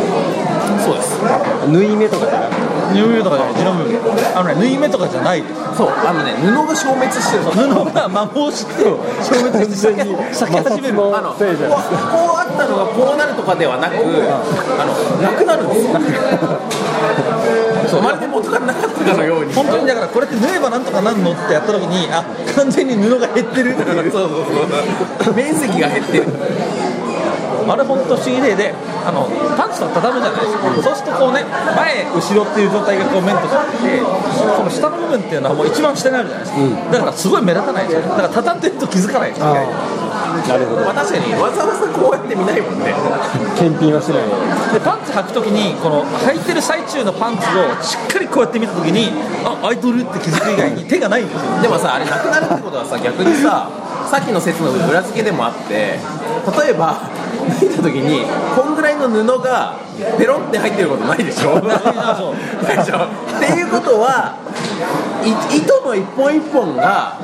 そうです
縫い目とかじゃなくて
縫い目とかじゃない地の部分あのね縫い目とかじゃないです
そうあのね布が消滅してるの
布が摩耗して消滅して
完全に
咲き始める
あのこうこ
摩
う
せいじゃない
あったのがこうなるとかではなくあのなくなるんですよまるで元からなかったかのように
本当にだからこれって縫えばなんとかなんのってやった時にあ完全に布が減ってるっていう
そうそうそう面積が減ってる
あれ本当不思議でであのパンツを畳むじゃないですかそうするとこうね前後ろっていう状態がこう面としててその下の部分っていうのはもう一番下になるじゃないですか、だからすごい目立たないですよねだから畳んでると気づかないですよね
なるほど
まあ確かにわざわざこうやって見ないもんね
検品はしない
でパンツ履く時にこの履いてる最中のパンツをしっかりこうやって見た時にあアイドルって気づく以外に手がないんですよ
でもさあれなくなるってことはさ逆にささっきの説の裏付けでもあって例えば脱いだ時にこんぐらいの布がペロンって入ってることないでしょ
そう
ないでしょっていうことはい糸の一本一本が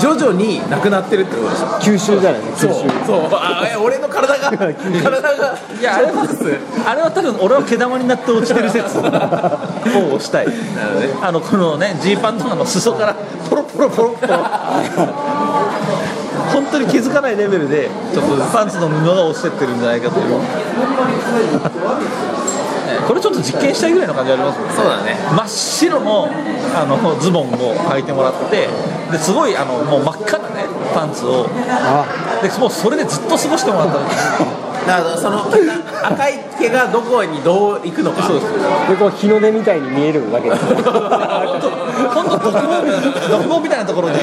徐々になくなってるってことでしょ
吸収じゃないの吸収
そうあえ俺の体が体が
いやあれは
ちょっとずつ
あれは多分俺は毛玉になって落ちてる説を押したいあのこのねジーパンとかの裾からポロポロポロポロ本当に気づかないレベルでちょっとパンツの布が落ちてってるんじゃないかというねこれちょっと実験したいぐらいの感じありますもんね
そうだね
真っ白のあのズボンを履いてもらってですごいあのもう真っ赤なねパンツをでもうそれでずっと過ごしてもらったんです
だからその毛が赤い毛がどこにどう行くのか
そうです
でこう日の出みたいに見えるわけですよ
本当本当独房独房みたいなところで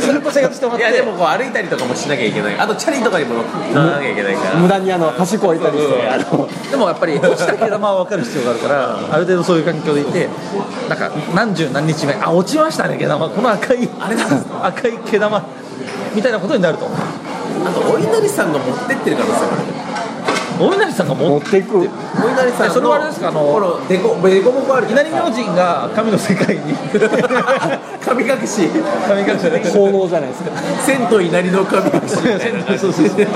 ずっと生活してもらっ
い
て
やでもこう歩いたりとかもしなきゃいけないあとチャリとかにも乗らなきゃいけないから
無駄にあの端っこ置いたりしてあの
でもやっぱり落ちた毛玉は分かる必要があるからある程度そういう環境でいてなんか何十何日目あ落ちましたね毛玉この赤いあれだ赤い毛玉みたいなことになると思
あとお稲荷さんが持ってってる可能性もある
うお稲荷さんが
持
も
っていく
お稲荷さんの
えそれはあれですかあの
このデコデコボコある
稲荷明神が神の世界に
神隠し
神隠しで
効能じゃないですか
千と稲荷の神隠しみたいな 感じ
そうそうそう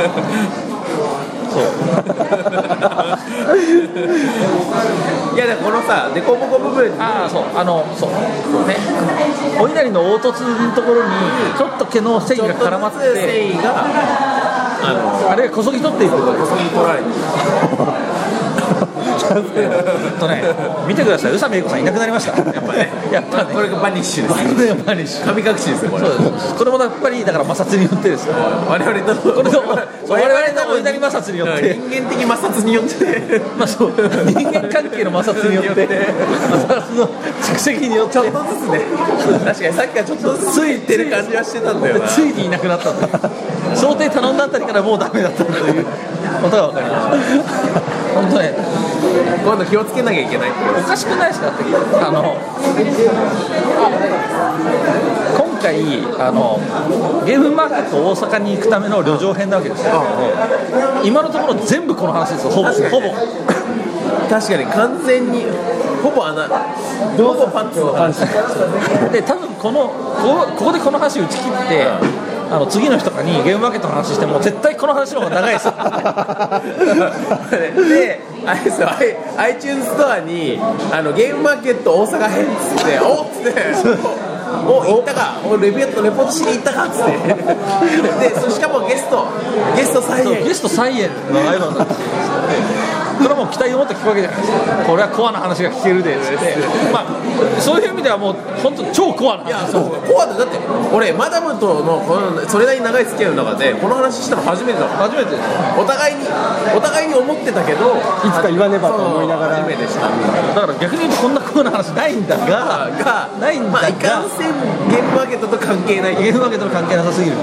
いやでもこのさデコボコ部分
ああそうあのそうねお稲荷の凹凸のところにちょっと毛の繊維が絡まっ
ちょとずつ
て
繊維があ
あれがこそぎ取っていく
のこそぎ取られてる
とね見てください宇佐美恵子さんいなくなりましたやっぱねやっぱね
これがバニッシュです
れバニッシュ
神隠しですよこれ
そうですこれもやっぱりだから摩擦によってですよ
我々の
これと我々の
我々
稲荷摩擦によって
人間的摩擦によって
まあそう人間関係の摩擦によって摩擦の蓄積によって
ちょっとずつね確かにさっきはちょっとずつついてる感じはしてたんだよな
ついにいなくなったんだ想定頼んだあたりからもうダメだったということが分かりました本当ね
今度気をつけなきゃいけない
おかしくないですかだってあの今回あのゲームマーケット大阪に行くための旅情編なわけですよ今のところ全部この話ですよほぼ
確か
ほ
に
ぼ
ね確かに完全にほぼ穴ほぼパンツの話
で多分このここここでこの話打ち切ってあの次の日とかにゲームマーケットの話しても絶対この話の方が長い ですよ
で、あれですよ、I- iTunes ストアにあのゲームマーケット大阪編っつって、おっつって、お行ったか、おレビューとレポートしに行ったかっつって、でそしかもゲスト、ゲスト再演、
ゲストサイエンの相葉さん来てこれはもう期待を持って聞くわけじゃないですかこれはコアな話が聞けるでっつって、まあ、そういう意味ではもう本当超コアない
や
話
そうコアでだって、俺、マダムとのこのそれなりに長い付き合いの中で、この話したの初めてだもん。
初めてです
お互いにお互いに思ってたけどい
いつか言わねばと思いながら
初めてした
だから逆に言うとこんなコアな話ないんだが
が
ないんだが
まあ、いかんせんゲームマーケットと関係ない
ゲームマーケットの関係なさすぎる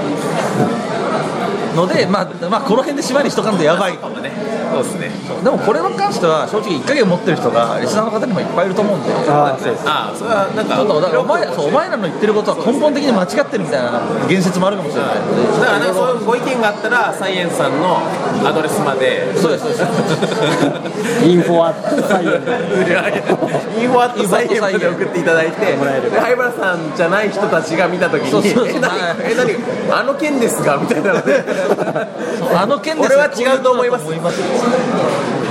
ので、まあまあ、この辺で縛りしとかんとやばい
かもねそうですね
でもこれに関しては正直1ヶ月持ってる人がリスナーの方にもいっぱいいると思うんでち
ああそうです
ああそれはなんか
ょっとだからお前そうお前らの言ってることは根本的に間違ってるみたいな言説もあるかもしれないので
だからなんかそういうご意見があったらサイエンスさんのアドレスまで
そうですそうで す
インフォア採用で
インフォアットサイエンスまで送っていただいてで灰原さんじゃない人たちが見たとき
そう
に
そう
え何え何あの件ですがみたいなので
あの件で
俺は違うと思います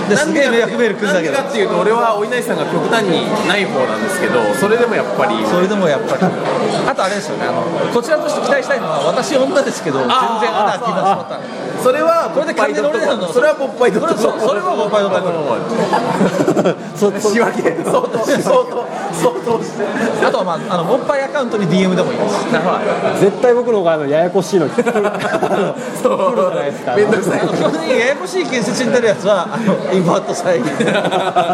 ですげえ迷惑メール来るんだけど
なんでかっていうと俺はお稲荷さんが極端にない方なんですけどそれでもやっぱり
それでもやっぱりあとあれですよねあのこちらとして期待したいのは私女ですけど全然
あー
穴開きました
それは
これで完全に俺らの
それはポッパイドット
それはそうそれはポッパイドット
そう仕分け相当相当相当して
あとは、まあ、あのおっぱいアカウントに DM でもいいです
なるほど
絶対僕の方があのややこしいの来る
そう
じゃないですか
めんどくさい
基本的にややこしい建設になるやつはあのインバート再 現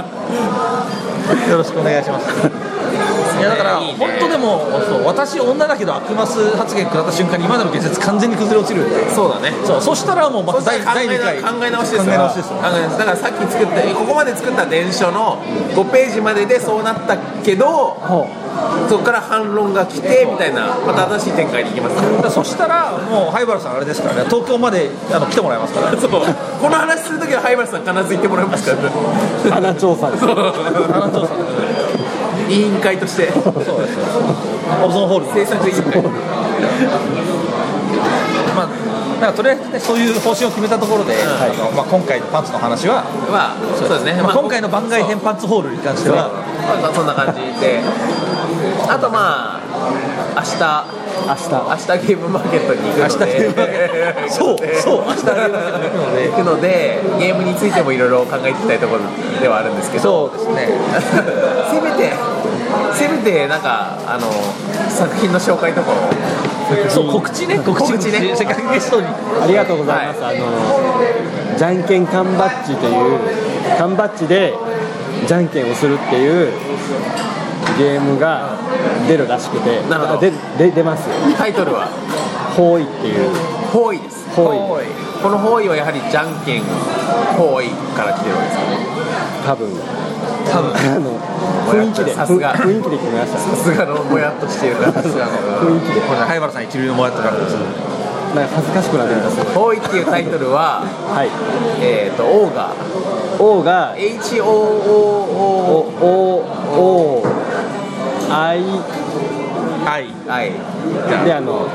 よろしくお願いしますいやだから
いいね
本当でもそう私女だけど悪魔ス発言食らった瞬間に今の建設完全に崩れ落ちるんで
そうだね
そうそしたらもうまた第
考え
2回
な考え直しです
考え直しですよ
考え直しだからさっき作ったここまで作った伝書の5ページまででそうなったけどそこから反論が来てみたいなまた新しい展開に行きます
だからそしたらもう灰原さんあれですからね東京まであの来てもらいますから
そうこの話するときは灰原さん必ず言ってもらいますから
穴調 査です
委員会として
オゾンホール
制作委員会
まあなんかとりあえず、ね、そういう方針を決めたところで、あのまあ、今回のパンツの話は、
はそうですね
まあ、今回の番外編パンツホールに関しては
まあそんな感じであとまあ明日
明日
明日ゲームマーケットに行くので
明日ゲームマーケットそうそう明日ゲームマーケットに行くので
行くのでゲームについてもいろいろ考えていきたいところではあるんですけど
そうですね
せめてせめてなんかあの作品の紹介とかを
そう告知ね告知
告知ね
せっかくゲストに
ありがとうございます、あのじゃんけん缶バッジという缶バッジでじゃんけんをするっていうゲームが出るらしくて
なるほど
でで出ます
タイトルは
方位っていう
「方位」です
方位
方位この方位はやはりじゃんけん方位から来てるわけです
多分
多分
あの雰囲気で
さすが
ふん雰囲気で決めました
さすがのもやっとしてるからさすがの
雰囲気で
これね灰原さん一流のもらったからです
なんか恥ずかしくなってきたすごい
方位っていうタイトルは
はい
えっ、とオーガ
O が O
HOOOI
O O I であの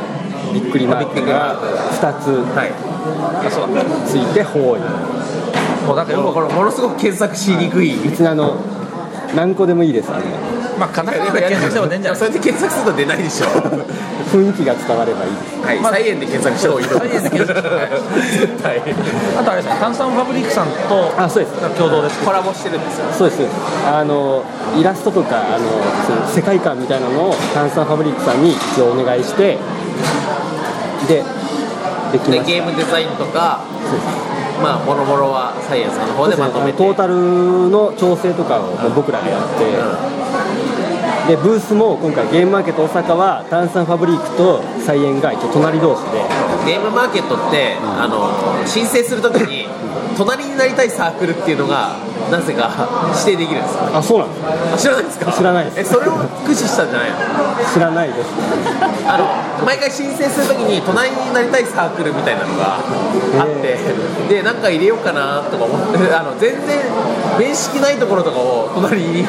びっくりマークが2つ
はい
あそうだ
ついて方位
もうなんかよく
これものすごく検索しにくい
別にあの何個でもいいですあの
まあ、カタカナで検索しても出んじゃない
それで検索すると出ないでしょ
雰囲気が伝わればいいです
はい、まあ、サイエンで検索した方がいいと思います
サイエンで検
絶対
あとあれですね、炭酸ファブリックさんと
あそうです
共同ですけど。
コラボしてるんですよ
そうですあのイラストとかあのその世界観みたいなのを炭酸ファブリックさんに一応お願いしてでできま
で
した
ゲームデザインとかまあもろもろはサイエンさんの方でまとめて
トータルの調整とかをもう僕らでやって、でブースも今回ゲームマーケット大阪は炭酸ファブリックと菜園が一応隣同士で
ゲームマーケットって、あの申請するときに隣になりたいサークルっていうのがなぜか指定できるんですよ
あそうなんですか
あ知らないですか
知らないです
えそれを駆使したんじゃないの
知らないです
あの毎回申請するときに隣になりたいサークルみたいなのがあって、でなんか入れようかなとか思って あの全然面識ないところとかを隣に指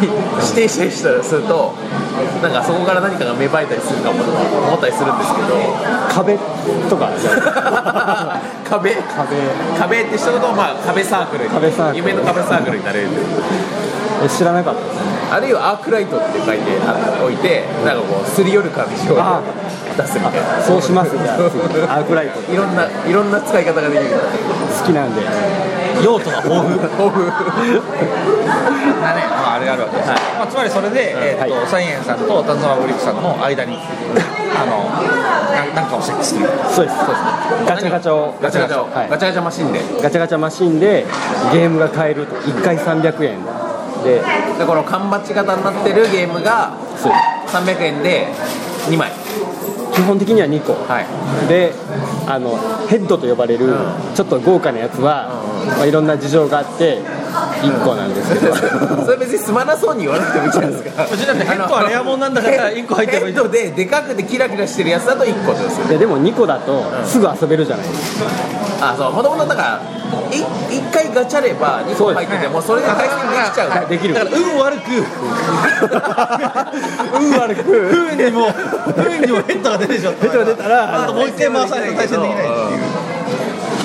定したりしたらするとなんかそこから何かが芽生えたりするかもとか思ったりするんですけど
壁とかじゃあ
壁
壁
壁って人のことをまあ壁サークルに
壁サークル
夢の壁サークルになれる
え知らなかったです
あるいはアークライトって書いてあ置いてなんかこうすり寄る感じを
あ
出すみたいな
そうしますじゃあ次アークライト
いろんないろんな使い方ができる
好きなんで
用途が豊富。豊富。なね、まあ、あれがあるわけです。まあ、つまり、それで、えーっと、
は
サイエンさんと炭酸ファブリックさんの間に。あの、 なん、なんかを設置する。
そうですガチャガチャを
ガチャガチャを、
はい
ガチャガチャマシンで
ガチャガチャマシンでゲームが買えると1回300円で
でこの缶バッチ型になってるゲームが
そう
300円で2枚
基本的には2個
はい
であのヘッドと呼ばれるちょっと豪華なやつは、まあ、いろんな事情があって1個なんですけど、
それ別にすまなそうに言わなくてもいいじゃないですか
うちだってヘッドはレアもんなんだから一個入ってもいい
ヘッドででかくてキラキラしてるやつだと1個ですよ
ででも2個だとすぐ遊べるじゃないです
あそうもともとだから1回ガチャれば2個入っててもうそれで対戦できちゃう
かできる
だから運悪く運悪く不運にも不運にもヘッドが出てしまったヘッドが出たらあともう一回回さないと対戦できないっていう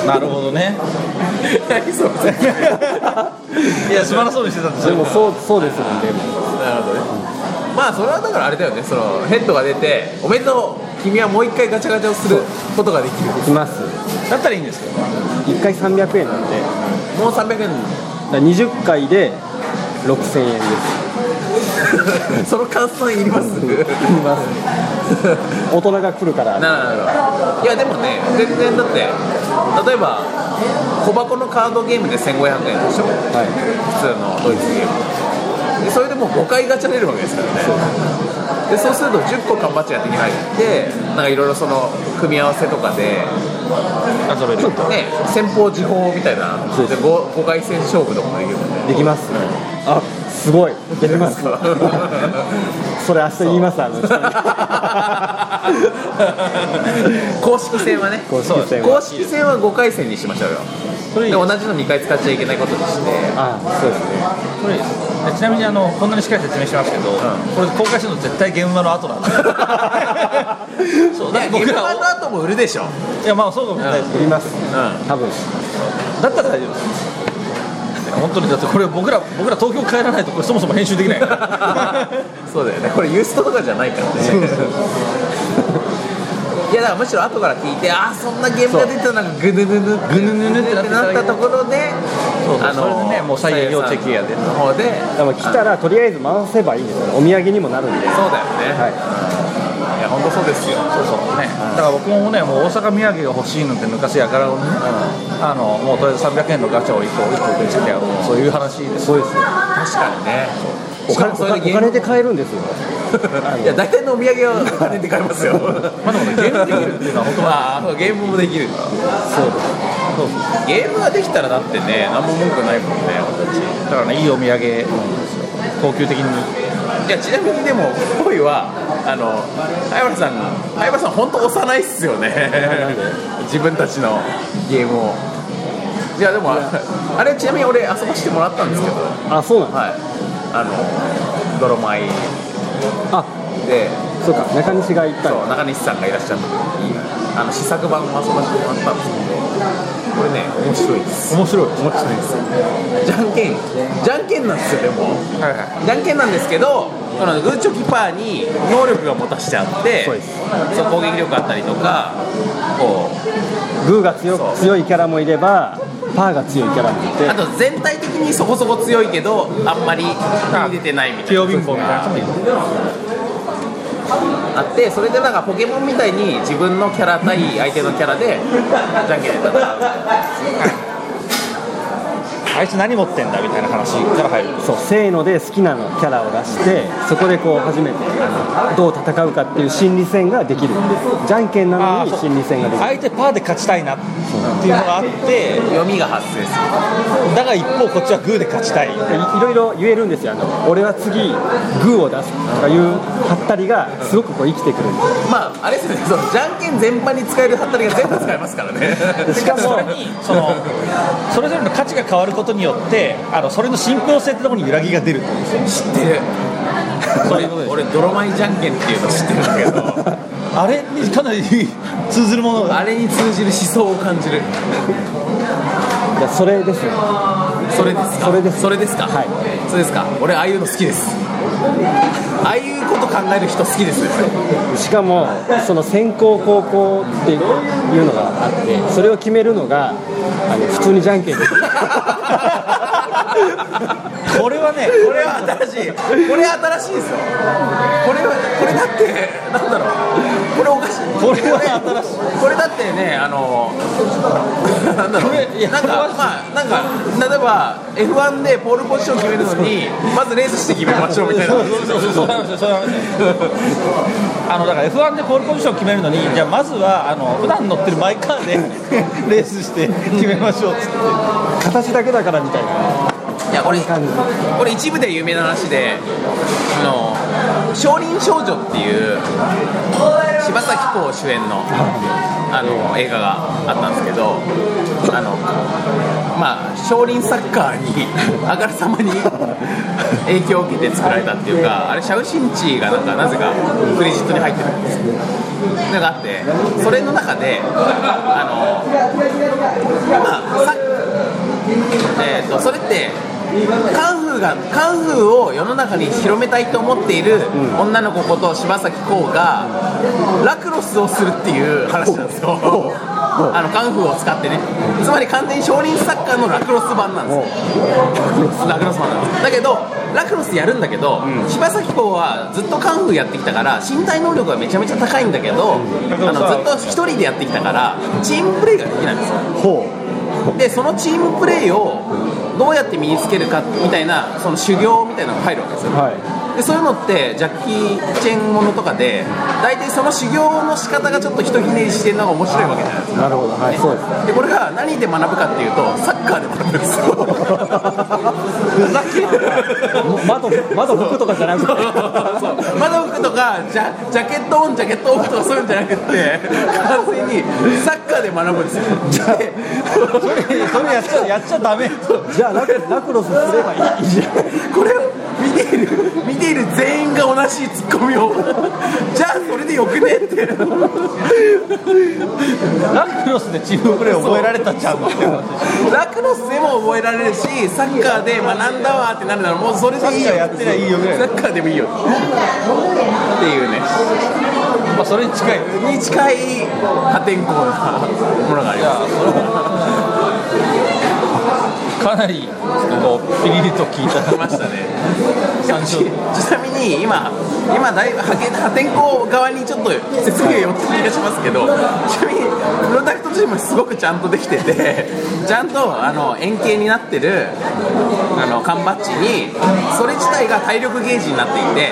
なるほど ね いやすまなそうにしてたんです
で
よ
もそうそうですもんね
なるほどねまあそれはだからあれだよねそのヘッドが出ておめでとう君はもう1回ガチャガチャをすることができる
いきます
だったらいいんですけど
1回300円なんでだか
もう300円
ら20回で6000円です
その換算いります
大人が来るから
なるほどいやでもね全然だって例えば小箱のカードゲームで1500円でしょ
は
普通のドイツゲームでそれでもう5回ガチャ出るわけですからねでそうすると10個缶バッチが手に入ってなんかいろいろその組み合わせとかで
遊べる
ね先方時報みたいな
そう
で
です
5, 5回戦勝負とかもできるもんね
いできますあすごいできますそれ明日言いますあの人に
公式戦はね
公式戦は
公式戦は5回戦にしましょうよ
それい
で
い
同じの2回使っちゃいけないことにして
あそうですね
それいいですでちなみにあのこんなにしっかり説明しますけど、これ公開するの絶対現場の後なん でそう
い
だって
や
僕
ゲ
ら
ーム
を
の後も売るでしょ
いやまあそうかもしれないです
売ります、
ん
多分
だったら大丈夫です本当にだってこれ僕ら僕ら東京帰らないとこれそもそも編集できないから
そうだよねこれユーストとかじゃないから ねいやだからむしろ後から聞いてああそんなゲームが出てたのがグヌヌヌって
ぐぬぬぬってなって
なったところで
そうそうそれでねもう採用チェキやで
の方で
でも来たらとりあえず回せばいいんですよねお土産にもなるんでは
そうだよね、い、や本当そうですよ
そうそうねだから僕もねもう大阪土産が欲しいなんて抜かせやからをね、あのもうとりあえず300円のガチャを1個1個でつけてやろうそういう話ですそうです
確かにね
お金お金お金で買えるんですよ
いや大体のお土産はお金で買いますよ
まあでもねゲームできるっていうのは本当は
ああゲームもできる
そうです
ゲームができたらだってね何も文句ないもんね私
だからねいいお土産なんですよ高級的に
いやちなみにでも恋はあの相原さん相原さん本当幼いっすよね自分たちのゲームをいやでもあれちなみに俺遊ばしてもらったんですけどはい
あそうなんで
あの泥米
すあ
で
そうか中西が行った
そ
ら
う中西さんがいらっしゃった時にあの試作版を遊ばしてもらったんですけどこれね面白いです
面白い
面白いですじゃんけんじゃんけんなんですよでも
はいは
じゃんけんなんですけどこのグーチョキパーに能力が持たしちゃって
そうです
そう攻撃力あったりとかこう
グーが強
そう
強いキャラもいればパーが強いキャラもいて
あと全体的にそこそこ強いけどあんまり手に出てないみ
い
たいな
強貧乏みたいな人もいる
あってそれでなんかポケモンみたいに自分のキャラ対相手のキャラでじゃんけんで戦う
あいつ何持ってんだみたいな話から入る
そうせーので好きなのキャラを出してそこでこう初めてあのどう戦うかっていう心理戦ができるじゃんけんなのに心理戦ができる
相手パーで勝ちたいなっていうのがあって
読みが発生する
だが一方こっちはグーで勝ちたい
いいろいろ言えるんですよあの俺は次グーを出すとかいうハったりがすごくこう生きてくるんです
まああれですねそのじゃんけん全般に使えるハッタリが全部使えますからね
しかもそれにそのそれぞれの価値が変わることによってあのそれの信憑性ってところに揺らぎが出る
知ってる俺 俺泥米じゃんけんっていうの知ってるんだけど
あれにかなり通ずるものが
あれに通じる思想を感じる
いやそれですよ
それですか
それです
それですか
はい
そうですか俺ああいうの好きですああいうこと考える人好きです
しかもその先行後攻っていうのがあってそれを決めるのがあの普通にじゃんけんで
これはね
これは新しいこれは新しいですよこれはこれだってなんだろうこれおかしい
これは新しい
これだってねあのなんだろう
これいや
なんか
これは
まあなんか例えば F1 でポールポジション決めるのにまずレースして決めましょうみたいな
そうそうそうそうなんですよそうなんですよあのだから F1 でポールポジションを決めるのにじゃあまずはあの普段乗ってるマイカーで レースして決めましょうっつって
形だけだからみたいない
や俺
感じ
俺一部で有名な話であの「少林少女」っていう柴咲コウ主演のあの映画があったんですけどあのまあ少林サッカーに あからさまに影響を受けて作られたっていうかあれシャウシンチーがなんかなぜかクレジットに入ってるんですのがあってそれの中であのまあサッえー、とそれってカンフーがカンフーを世の中に広めたいと思っている女の子こと柴咲コウがラクロスをするっていう話なんですよあのカンフーを使ってねつまり完全に少林サッカーのラクロス版なんですよラクロスマンなんですだけどラクロスやるんだけど、柴咲コウはずっとカンフーやってきたから身体能力がめちゃめちゃ高いんだけど、あのずっと一人でやってきたからチームプレーができないんですよでそのチームプレーをどうやって身につけるかみたいなその修行みたいなのが入るわけですよ
は
でそういうのってジャッキー・チェンものとかで大体その修行の仕方がちょっとひとひねりしてるのが面白いわけじゃないです
いなるほどはいそうです
かでこれが何で学ぶかっていうとサッカーで学ぶんですよ
窓窓服とかじゃなくて
そう窓服とかジャジャケットオンジャケットオフとかそういうんじゃなくて完全にサッカーで学ぶんですよで
それやっちゃやっちゃダメ
じゃあラクラクロスすればいい
これを見ている見ている全員が同じツッコミをじゃあそれでよくねって
ラクロスでチームプレーを覚えられたじゃんって
ラクロスでも覚えられるしサッカーで学んだわってなるならもうそれでいいよ
サッカーやってりゃいいよぐらい
サッカーでもいいよっていうね
まあそれに近いい
に近い破天荒なものがあり
や
ま
それはかなりこうピリリと聞い
す
た
来ましたね
参照
ちちなみに今今だいぶ破け破天荒側にちょっと説明が寄ってる気がしますけどちなみにプロダクトチームすごくちゃんとできててちゃんとあの円形になってるあの缶バッジにそれ自体が体力ゲージになっていて、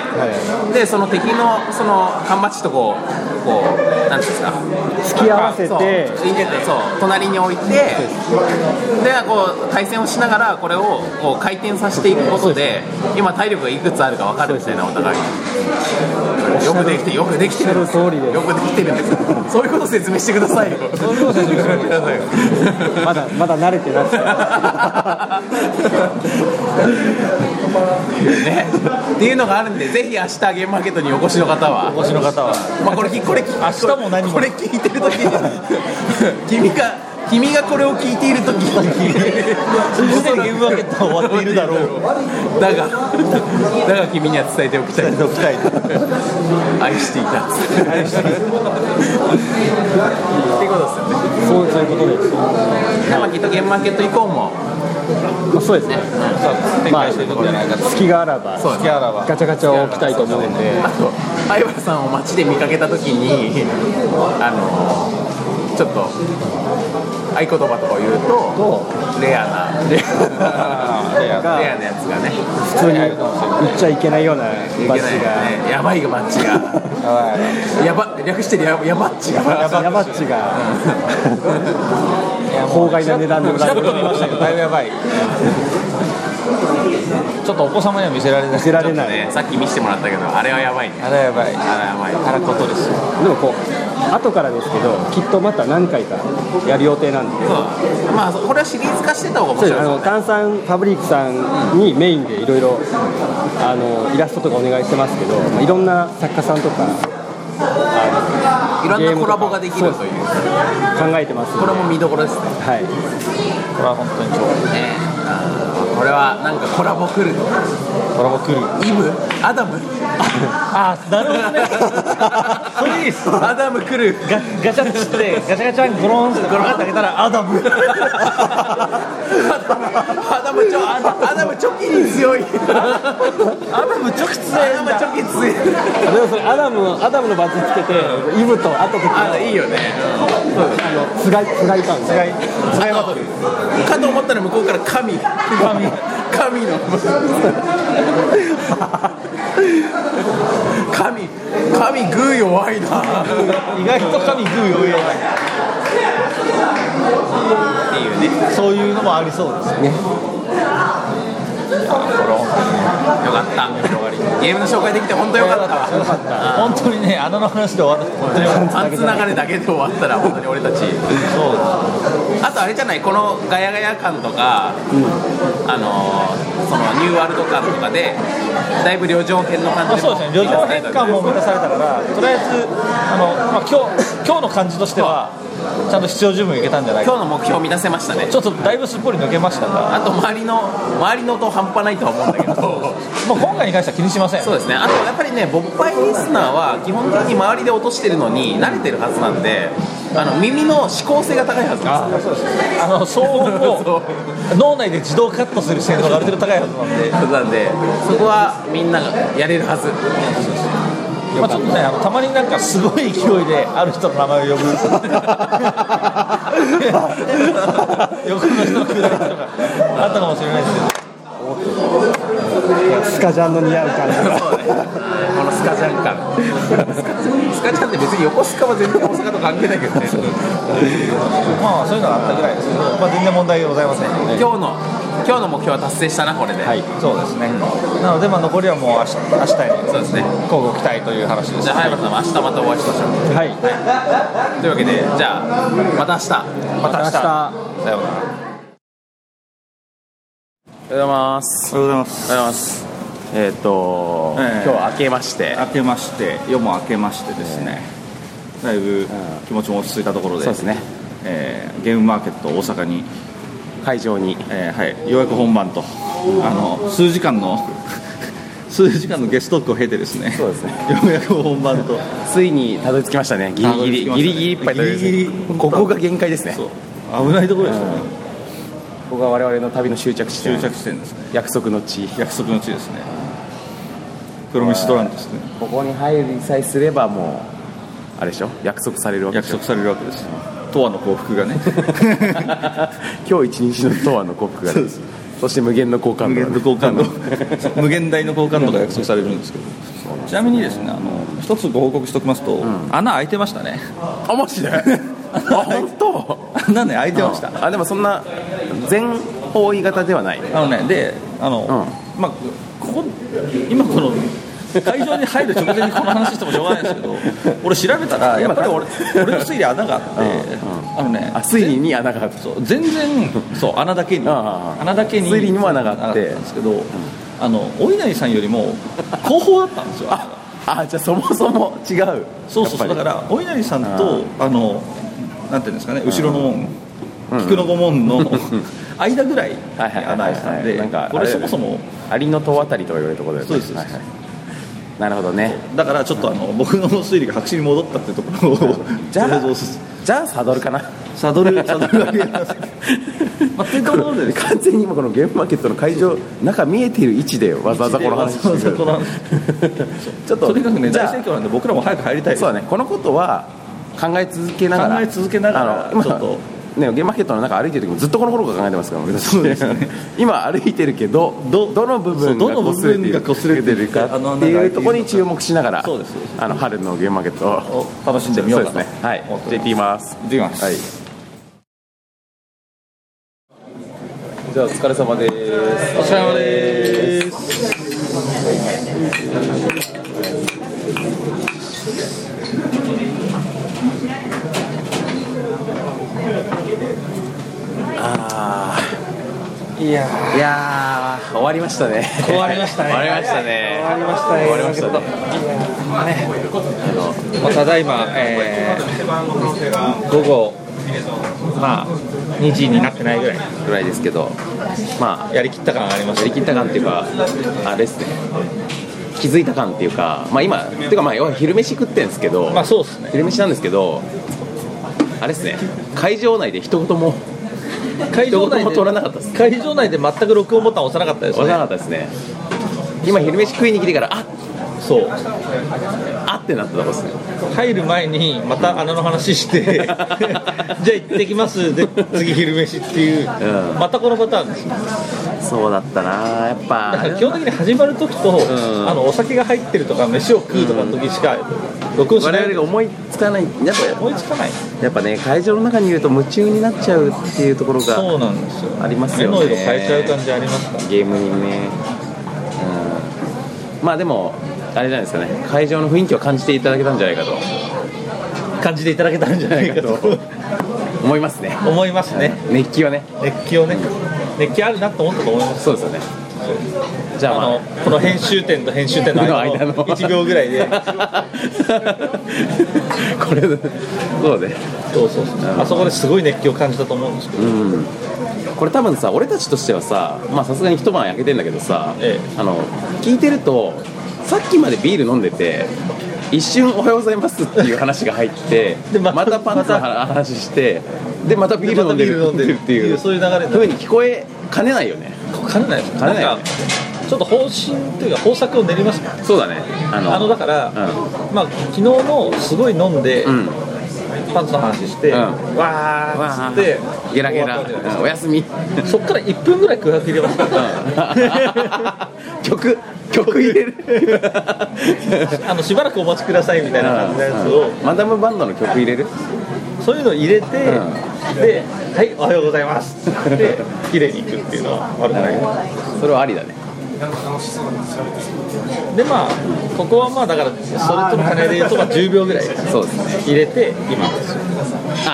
でその敵のその缶バッジとこうこうなんていうんですか
突き合わせ
そう
て
入れてそう隣に置いてでこう対戦をしながらこれをこう回転させていくことで今体力がいくつあるか分かるみたいなお互いによくできてよくできてる
おっしゃる通りです
よくできてるんですそういうこと説明してくださいよそういうこと説明してくださいよ
まだまだ慣れてない
ねっていうのがあるんでぜひ明日ゲームマーケットにお越しの方は
お越しの方は
まあこれきこれ明
明日も何も
これ聞いてる時に君が君がこれを聞いているとき
すでにゲームマーケットは終わっているだろう
だがだが君には伝えておきたい
の期待
愛していた愛していたっていうことですよね
そうそういうことです、
ま
ま
あきっとゲームマーケット以降も
あ、そうですね
展開していくんじゃないかと、
隙があらば
そう
ガチャガチャを置きたいと思うんで
あと相原さんを街で見かけたときにあのちょっと合言葉とかを言うとレアなレアな レアなやつがね
普通に売っちゃいけないようなバッ
いけない
ジ
よ
が
ねやばいよバッチがやば略してややばっちが
ヤバッチが 法外な値段で売られる
だいぶやばい
ちょっとお子様には見せられない
見せられない、
ねさっき見せてもらったけどあれはやばいね
あれはやばい
あれはやばい
あらことですよ
でもこう後からですけどきっとまた何回かやる予定なんで
そうまあこれはシリーズ化してた方が面白い
あ
ですよ
の
ね
炭酸ファブリックさんにメインでいろいろあのイラストとかお願いしてますけど、まあ、いろんな作家さんとか
いろんなコラボができるという
考えてますんで
これも見どころですね
はい
これは本当に超
ねこれはなんかコラボ来るコラボ来るイブアダム
あなるほどねそれいいです
アダム来る
ガガチャッしてガチャガチャンゴロンってゴロンってあげたらアダム
アダムちょアダムチョキに強い
アダム直接
アダムチョキ強い
でもそれアダムアダムのバッジつけてイブと後と
あいいよね
つがいつがい感が
かと思ったら向こうから神神神の神神グー弱いな
意外と神グー余裕ないっていうねそういうのもありそうです
よかったゲームの紹介できて本当よかったわ
本当にねあの話で終わった本当に
パンツ流れだけで終わったら本当に俺たちあとあれじゃないこのガヤガヤ感とか、あのーそのニューワールド感とかでだいぶ旅情編の感
まあ
じ
そう
も
ですね、旅情変換も満たされたから、とりあえず、あのまあ、今日今日の感じとしては、ちゃんと必要十分いけたんじゃないか
今日の目標満たせましたね
ちょっとだいぶすっぽり抜けましたが、
あと周りの周りの音半端ないとは思うんだけ ど
もう今回に関しては気にしません、
そうですねあとやっぱりね勃発リスナーは基本的に周りで落としてるのに慣れてるはずなんであの耳の指向性が高いはずなんですよ
あ の騒音を脳内で自動カットする性能がある程度高いはずなんで、
なんでそこはみんながやれるはず
まあ、ちょっとねあの、たまになんかすごい勢いである人の名前を呼ぶ、横の人のくだりとかあったかもしれないですけど。
スカジャンの似合う感じが
そうね、このスカジャン感 スカジャンって別に横須賀は全然大阪と関係ないけどね
まあそういうのがあったぐらいですけど、まあ、全然問題ございません、
今日の今日の目標は達成したなこれで、
はい
そうですね、なので、まあ、残りはもう明日明日へ
そうですね
交互期待という話です
じゃあ早原さんは明日またお会いしましょう
はい
というわけでじゃあまた明日
また明日
明日
さようなら
おはようございます
おはようございます
おはようございますえっ、と、
ええ
今日は明けまして
明けまして夜も明けましてですね、だいぶ気持ちも落ち着いたところで
そうですね
えーゲームマーケット大阪に、
会場に
えーはい、ようやく本番と、あの数時間の数時間のゲストトークを経てですね
そうですね
ようやく本番と
ついにたどり着きましたねギリギリ、
たど
ギ
り
リ
着きましたね
ギリいっぱいた
ギリギ
どり着きました
リ
ここが限界ですね
そう危ないところでしたね
ここが我々の旅の終着地
終
点
着地点ですね
約束の地
約束の地ですねプロミスドランドですね
ここに入りさえすればもうあれでしょ約束されるわけで
約
しょ
束されるわけです永遠の幸福が ね
今日一日の永遠の幸福がね
そうです
そして無限の好感
無
度が
限
ね
の好感 度無限大の好感度が約束されるんですけどちなみにですねあの一つご報告しておきますと、穴開いてましたね
あマ ジであ本当
穴ね開いてました
あでもそんな全方位型ではない
あのねであの、まあここ今この会場に入る直前にこの話してもしょうがないんですけど俺調べたらやっぱり俺俺の推理穴があって、あのね
あ推理に穴がある
そう全然そう穴だけに
ああああ
穴だけに
推理にも穴があって
穴んですけどあのお稲荷さんよりも後方だったんですよ
あじゃあそもそも違う
そうそうそ
や
う
っぱ
だ
り
からお稲荷さんとあのなんていうんですかね後ろの門菊の御門の間ぐらいに
はいはいはいはい
穴開いてたん
なんかあれ
でこれそもそも
アリの塔あたりとか言われるところだよね
そうですそうです
はいはいなるほどね
だからちょっとあの 僕の推理が白紙に戻ったってところ を
じゃあ
想像す
じゃあサドルかな
サドル サドル上げますまあ、というところでですね
完全に今このゲームマーケットの会場中見えている位置でわざわざこの話して
わざわざ
る
この話
ちょっと
とにかくね
じ
大
ゃあ
盛況なんで僕らも早く入りたいです
そうだねこのことは考え続けながら
考え続けながら
あの今
ちょっと
ね、ゲームマーケットの中歩いてる時もずっとこの頃から考えてますから俺たち
そうですね
今歩いてるけどど
ど
の部分
そうど
が
の部
擦れて
分
る
が擦れてるか
かっていうところに注目しながら
そうですそうです
あの春のゲームマーケットを
を楽しんでみようか
そう
と
ですねはい
思って
じゃあ行ってきます
いってきます、
はい
じゃあお疲れ様ですお疲れ様です
いやー終わりましたね終わりましたね終わりましたね終わりましたね終わりましたね
まあただいま、えー午後、まあ、2時になってないぐらい
ぐらいですけどまあ
やりきった感ありま
や
す
りきった感っていうかあれですね気づいた感っていうかまあ今っていうかまあ要は昼飯食ってんですけど、
まあそうですね
昼飯なんですけどあれですね会場内で一言も
会場内
一言も
で
取らなかったです
会場内で全く録音ボタン押さなかったです
わから
ね
なかったですね今昼飯食いに来てからあ
そう
あってなったとこですね
入る前にまた穴の話してじゃあ行ってきますで次昼飯っていう、
うん
またこのパターンです
そうだったなやっ
だから
ぱ
基本的に始まる時と、
ん
あのお酒が入ってるとか飯を食うとかの時しか録音し
我
な
々
い
が思いつかないやっぱ
思いつかない
やっぱね会場の中にいると夢中になっちゃうっていうところが
そうなんですよ
あります
目
よね
の色変えちゃう感じありますから
ゲームにね、うん、まあでもあれじゃないですかね会場の雰囲気を感じていただけたんじゃないかと
感じていただけたんじゃないかと
思いますね
思いますね
熱気はね
熱気をね熱気あるなと思ったと思います
そうですよねじ
あ
ゃあまあ
のこの編集点と編集点の
の
間
間の
の1秒ぐらいで
これそうね
そうそうそうあそこですごい熱気を感じたと思うんですけど、
これ多分さ俺たちとしてはさまあさすがに一晩焼けてんだけどさ、
え
あの聞いてるとさっきまでビール飲んでて一瞬「おはようございます」っていう話が入って
で
ま
ま
た
た
パンツの話してでまたビール飲んでる
またビール飲んでる
っていう
そういう流れ
ふうに聞こえかねないよね
かねないです
かねない
んかちょっと方針というか方策を練りますか
そうだねあの
あのだから、まあ昨日のすごい飲んで、
うん
パンツの話して、
うん
わーっつって
ゲラゲラ、
終わったわけじゃないです
うんおや すみ
かそっから1分ぐらい空白入れますから、
曲曲入れ る
あのしばらくお待ちくださいみたいな感じのやつを、
マダムバンドの曲入れる
そういうのを入れて、
ん
で「はいおはようございます」で綺麗に行くっていうのは悪くない
それはありだね
でまあここはまあだからそれとの兼ね合いで言うとまあ10秒ぐらい
そうですね
入れて今ですよ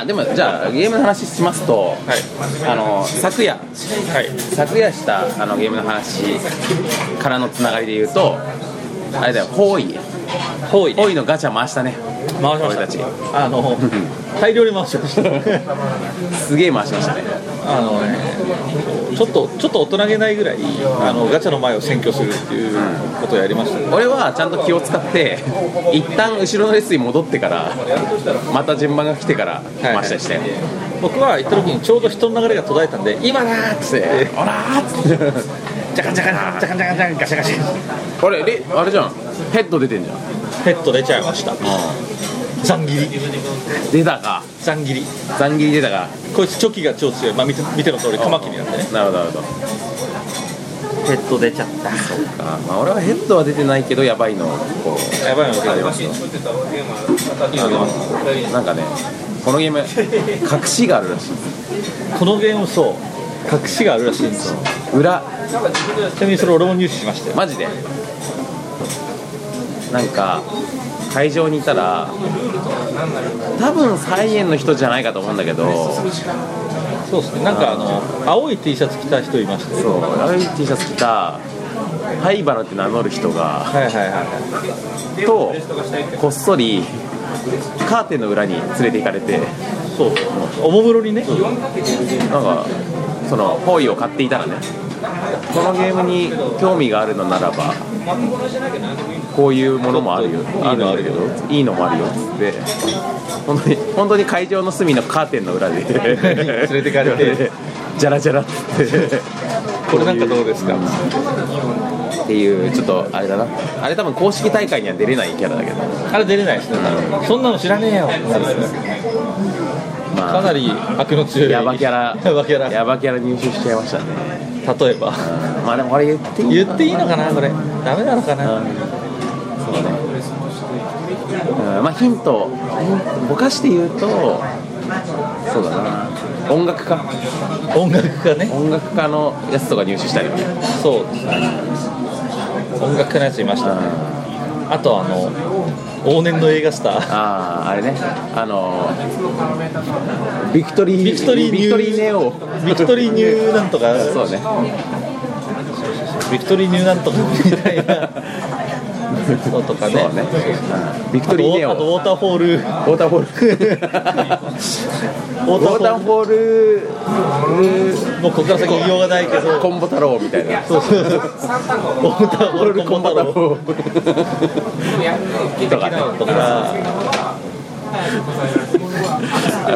あでもじゃあゲームの話しますと、あの昨夜
はい
昨夜したあのゲームの話からのつながりで言うとあれだよ方位方位のガチャ回したね
回しました
俺たち
あの大量に回しました
すげえ回しましたね
あのねちょっとちょっと大人げないぐらいあのガチャの前を占拠するっていうことをやりましたね
俺はちゃんと気を使って一旦後ろの列に戻ってからまた順番が来てから
はい
回したりしたよ、
僕は行った時にちょうど人の流れが途絶えたんで今だーっつって
あらーっつって
ジャカジャカジャカジャカジャカガシャガシ
あれれあれじゃんヘッド出てんじゃん
ヘッド出ちゃいましたザンギリ
出たか
ザンギリ
ザンギリ出たか
こいつチョキが超強いまあ見て見ての通りカマキリなんでね
なるほどなるほど
ヘッド出ちゃった
あまあ俺はヘッドは出てないけどやばいのこう
やばいのが出てますよ今出ます
なんかね、このゲーム、隠しがあるらしいんで
このゲームそう隠しがあるらしいんですよ
す裏、
ちなみにそれ俺も入手しましたよ
マジで。なんか、会場にいたら、多分サイエンの人じゃないかと思うんだけど、
そうですねなんかあの青い T シャツ着た人いましたよ
そう、青い T シャツ着た、灰原って名乗る人が、
はいはいはいは
と、こっそり、カーテンの裏に連れて行かれて、
い
そうおもむろにね
なんかそのポイを買っていたらねこのゲームに興味があるのならばこういうものもあるよあるんだけどいいのもあるよっつって本当に本当に会場の隅のカーテンの裏で連れてかれ てじゃらじゃらっつって
これなんかどうですか
っていうちょっとあれだなあれ多分公式大会には出れないキャラだけど
あれ出れないですねそんなの知らねえよ
まあ
かなり悪の強い
ヤバキャラ
ヤ バキャラ
ヤバキャラ入手しちゃいましたね
例えば
まあでもこれ言っていい
言っていいのかなこれダメなのかな
そうね、うんまあヒントヒントぼかして言うとそうだな音楽家
音楽家ね
音楽家のやつとか入手したり
そうですね音楽家のやついましたねあとあの往年の映画スター
あああれねあのビクトリー
ビクトリーニ
ビク
ュー
トリーネオ
ビクトリーニューなんとか
そうね
ビクトリーニューなんとかみたいなのとかね
そうね、うんビク
あ
トリーネ
と
オ
あとウォーターフォールウ
ウ
ォ
ォーターフォールウォーターフォール
ールもうここから先言いようがないけど
コンボ太郎みたいな
そうそうウォーターフォールコンバだろ
とかね
とか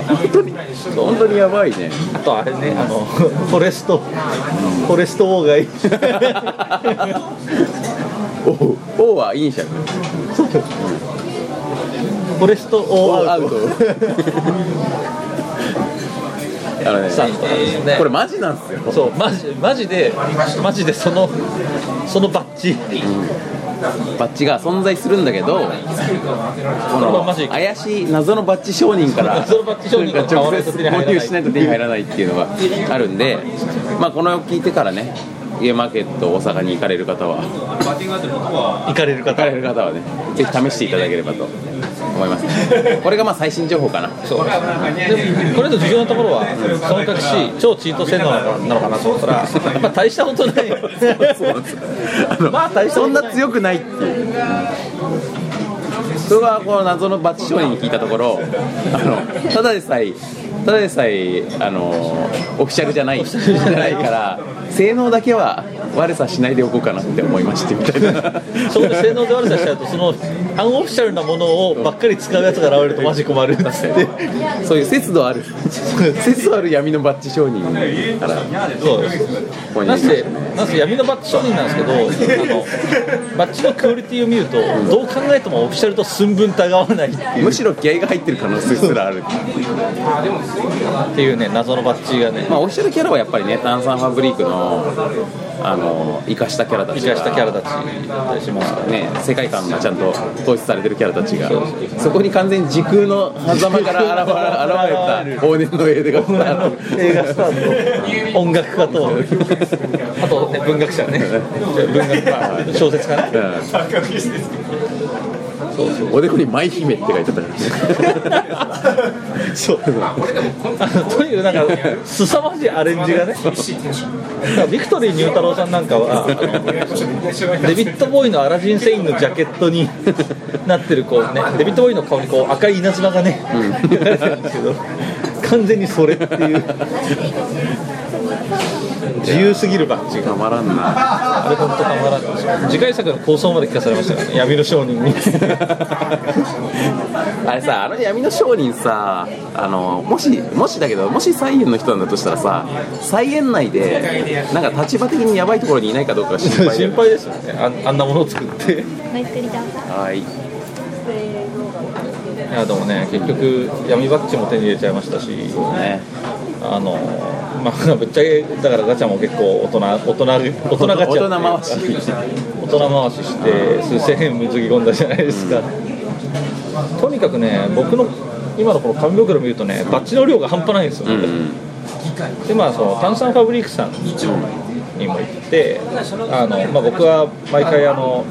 本当に本当にやばいね
あとあれね、あの、フォレスト、フォレスト妨害。
おう O はイニシャル
フォレストオーアウ
トあのね
トさんとかですね。
これマジなんですよ
そう、マジ、マジで、マジでその、そのバッジ。
バッジが存在するんだけどこ
れは
の
マジ
怪しい謎のバッジ商人から
謎のバッジ商人から買わ
直
ない
接
と手に入らない
購入しないと手に入らないっていうのがあるんでまあこの聞いてからねゲームマーケット大阪に行かれる方は
行かれる
行か
方。
れる方はねぜひ試していただければと思いますこれがまあ最新情報かな
そう。でこれの重要なところは、その隠し、超チート性能なのかなと思ったら、やっぱ大したことない。まあ、大した
そ
こと
ん
な。
ない強くないっていうそれがこの謎のバッチ商人に聞いたところあのただでさえただでさえあのオフィシャルじゃないじゃないから性能だけは悪さしないでおこうかなって思いましてみたい な
そこで性能で悪さしちゃうと、その、アンオフィシャルなものをばっかり使うやつが現れるとマジ困るっつって。
そういう節度ある節度ある闇のバッチ商人から
そう
ここに
なぜなぜ闇のバッチ商人なんですけどあのバッチのクオリティを見るとどう考えてもオフィシャルと寸分たがわないっ
むしろ気合が入ってる可能性すらある
ていうね謎のバッチがね
まあオフィシャルキャラはやっぱりね炭酸ファブリークのあの生かしたキャラたち
生
が
かしたキャラたちだったりしますからね
ね、世界観がちゃんと統一されてるキャラたちがそこに完全に時空の狭間から現れ現れた往年の映画スター
映画スターと音楽 家とあと、ね、文学者ね文学家小説家ね
トおでこに「舞姫」って書いてあった
そうあのとにかくなんか凄まじいアレンジがねだからビクトリーニュー太郎さんなんかはあのデビッド・ボーイの「アラジン・セイン」のジャケットになってるこうねデビッド・ボーイの顔にこう赤い稲妻がね描かれてるんですけど完全にそれっていう自由すぎるバッジが
たまらんな
あれ本当たまらんでしょ次回作の構想まで聞かされましたからね闇の商人に
あれさあの闇の商人さあのもしもしだけどもし菜園の人なんだとしたらさ菜園内でなんか立場的にやばいところにいないかどうかが心配だ
心
よ
配ですよねあんあんなものを作って
ごゆっくりどうぞ。
はい
いやでもね結局闇バッジも手に入れちゃいましたし
ね
あのまあぶっちゃけだからガチャも結構大人大人大人ガチャっていうか
大人回し
大人回しして数千円むつぎ込んだじゃないですか、とにかくね僕の今のこの紙袋見るとねバッジの量が半端ないんですよ、
うんうん
でまあその炭酸ファブリックさんにも行ってあの、まあ、僕は毎回あの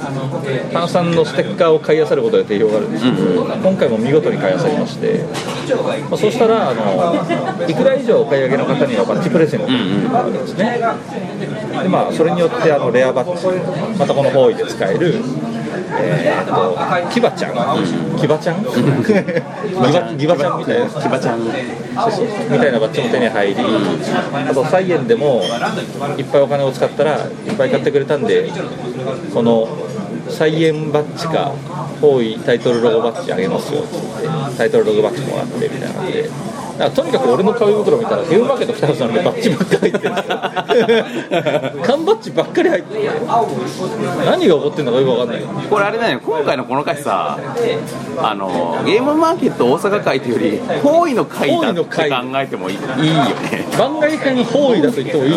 炭酸のステッカーを買い漁ることで定評があるんですけど、今回も見事に買い漁りまして、まあ、そうしたらあのいくら以上お買い上げの方にはバッジプレゼントがあるんですね、でまあそれによってあのレアバッジまたこの方位で使えるえー、とキバちゃんキバちゃんギバギバちゃんみたいな
キバちゃん
みたいなバッジも手に入り、あとサイエンでもいっぱいお金を使ったらいっぱい買ってくれたんで、このサイエンバッジか、方位タイトルロゴバッジあげますよって言って、タイトルロゴバッジもらってみたいな感じで、だからとにかく俺の紙袋見たら、ゲームマーケット2つなんでバッジばっかり入ってるん ですよ、缶バッジばっかり入ってて、何が起こってるのかよく分かんない。
これあれだよね今回のこの回さあのゲームマーケット大阪会というより方位の会だって考えてもいいいいよね
番外編方位だと言ってもいい、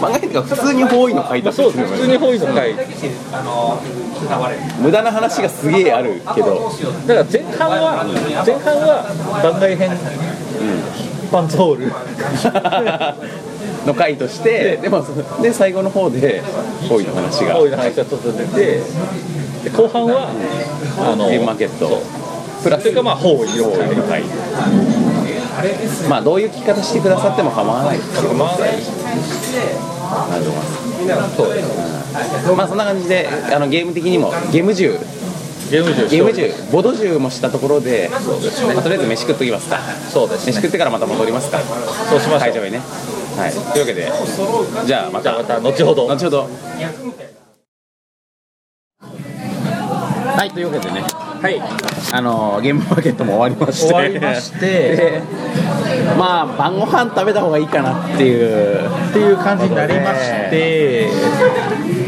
漫画編が普通に方位の会
ま
だっ
あ、そ
て
うですね、普通に方位の回
無駄な話がすげえあるけど
だから前半は前半は番外編、パンツホール
の回としてでもで最後の方で方位の話が
多いの話が続いててで後半はあの
ゲームマーケット
プラスというかまあ方位を変える回
まあどういう聞き方してくださっても構わない
まあ
なと思いますそううんまあそんな感じであのゲーム的にもゲーム中
ゲーム中
ゲーム中ボド中もしたところでまあとりあえず飯食っときますか
そうですね
飯食ってからまた戻りますか
そうしまし
会
ょ
場
う
にねはいというわけでじゃあま
じゃあ
た
また後ほど
後ほどはいというわけでね
はい
あのゲームマーケットも終わりまして
終わりまして
で まあ晩ご飯食べた方がいいかなっていう
っていう感じになりまして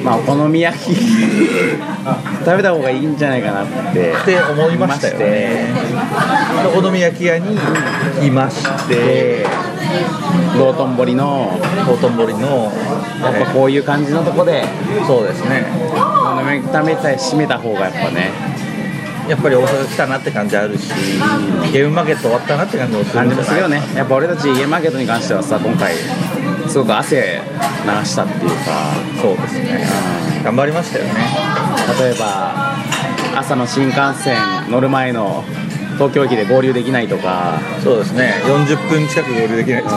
まあお好み焼き 食べた方がいいんじゃないかなって
って思いましたよねお好み焼き屋にいまして
道頓堀の
道頓堀の
やっぱこういう感じのとこで
そうですね
お好み焼き食べたり締めた方がやっぱね
やっぱり大阪来たなって感じあるしゲームマーケット終わったなって感じもする
感
ん
じ
じゃ
もす
ない
るよねやっぱ俺たちゲームマーケットに関してはさ今回すごく汗流したっていうか
そうですね頑張りましたよね
例えば朝の新幹線乗る前の東京駅で合流できないとか
そうですね40分近く合流できないとか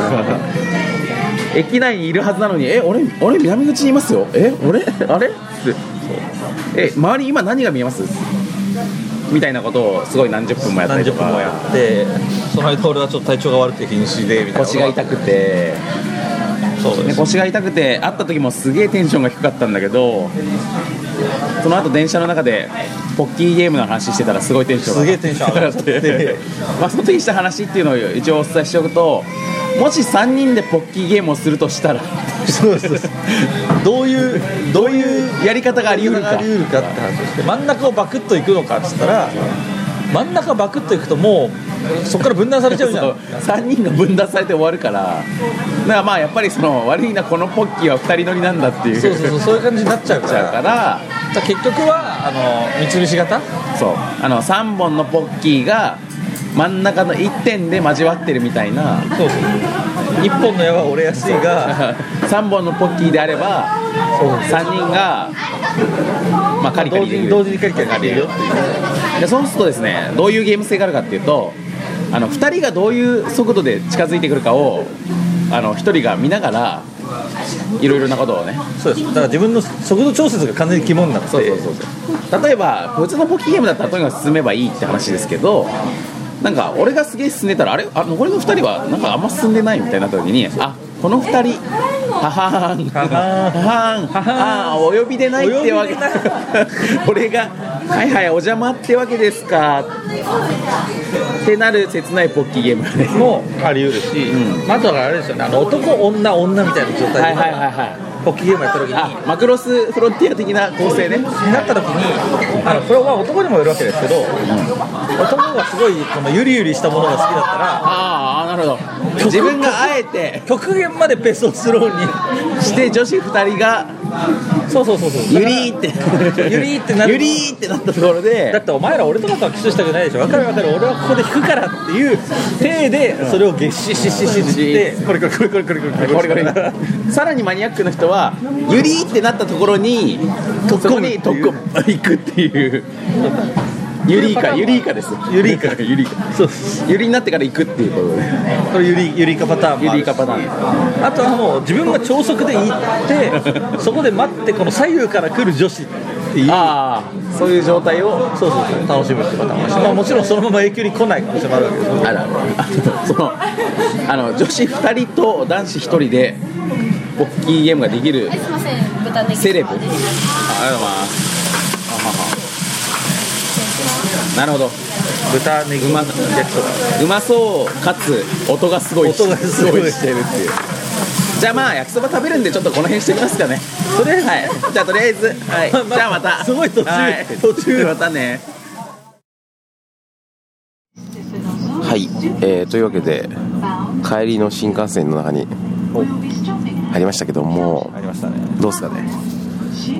駅内にいるはずなのに「え俺俺南口にいますよえ俺あれ?」ってえ周り今何が見えます?」みたいなことをすごい何十分もやった
何
り
十
と
分もや
か
ってその間俺はちょっと体調が悪くて禁止でみたいな
腰が痛くて、
そうで
ね、
す
腰が痛くて会った時もすげえテンションが低かったんだけどその後電車の中でポッキーゲームの話してたらすごいテンションが
すげえテンション上がっちゃって
まあ、その時にした話っていうのを一応お伝えしておくともし3人でポッキーゲームをするとしたら
そうですそうですどういうどういう
やり方があり
理由
得る
が
か
理由かって話をして真ん中をバクッといくのかっつったら真ん中バクッといくともうそこから分断されちゃうじゃん
3人が分断されて終わるからだからまあやっぱりその悪いなこのポッキーは2人乗りなんだっていう
そうそうそうそういう感じになっちゃうか
ちゃうからら
だから結局はあの三菱型
そうあの3本のポッキーが真ん中の1点で交わってるみたいな
そうそう1本の矢は折れやすいが
3本のポッキーであれば3人が、まあ、カリカリ
同
でき
時
る
に同時にカリカリできるよっていう
でそうするとですねどういうゲーム性があるかっていうとあの2人がどういう速度で近づいてくるかをあの1人が見ながらいろいろなことをね
そうですだから自分の速度調節が完全に肝になって
例えば普通のポッキーゲームだったらとにかく進めばいいって話ですけどなんか俺がすげえ進んでたらあれあ残りの2人はなんかあんま進んでないみたいになった時にあこの2人ははーんははーんははーんお呼びでないってわけ俺が「はいはいお邪魔」ってわけですかってなる切ないポッキーゲームね
もあり得るし、あとはあれですよねあの男女女みたいな状態で、
はいはいはいはい
ポッキーゲームやった時に
あマクロスフロンティア的な構成ね
になった時にあのこれは男にもよるわけですけど、男がすごいこのゆりゆりしたものが好きだったら
あーあーなるほど 自分があえて
極限までペースをスローに
して女子2人が
そうそうそうそう
ゆり ーって
ゆりーってなる
ゆりーってなったところ
だ
で
ってお前ら俺とかとはキスしたくないでしょ分かる分かる俺はここで引くからっていう体でそれをゲッシッシッシッシッってこれこれこれこれこれこれこれ
これこれさらにマニアックな人はゆりーってなったところにそこにとっこ行くっていうゆりーかゆりーかです
ゆりーか
ゆりーか
そうそう
ゆりになってから行くっていうことで
これゆりゆりかパターン
ゆ
もある
りー
し
かパターン
あ とはもう自分が超速で行ってそこで待ってこの左右から来る女子って
ていい
ああそういう状態を
そうそうそう楽しむっていうパターンもあるしまあもちろんそのまま永久に来ない可能性もあるわけですよ
あらあのそのあの女子2人と男子1人でポッキーゲームができる
はい、すいません、豚ネギ。
セレブ
ありがとうございます
ありがとうございますはははなるほど
豚ネギ
うま
焼きそば
うまそうかつ音がすごい
音がすごい
してるっていうじゃあまあ焼きそば食べるんでちょっとこの辺してきますかねとりあえず、はい、じゃあとりあえず、はい、じゃあまた
すごい途中
はい
途中
またねはい、えー、というわけで
帰りの新幹線の中に入りましたけども
ありましたね
どうですかね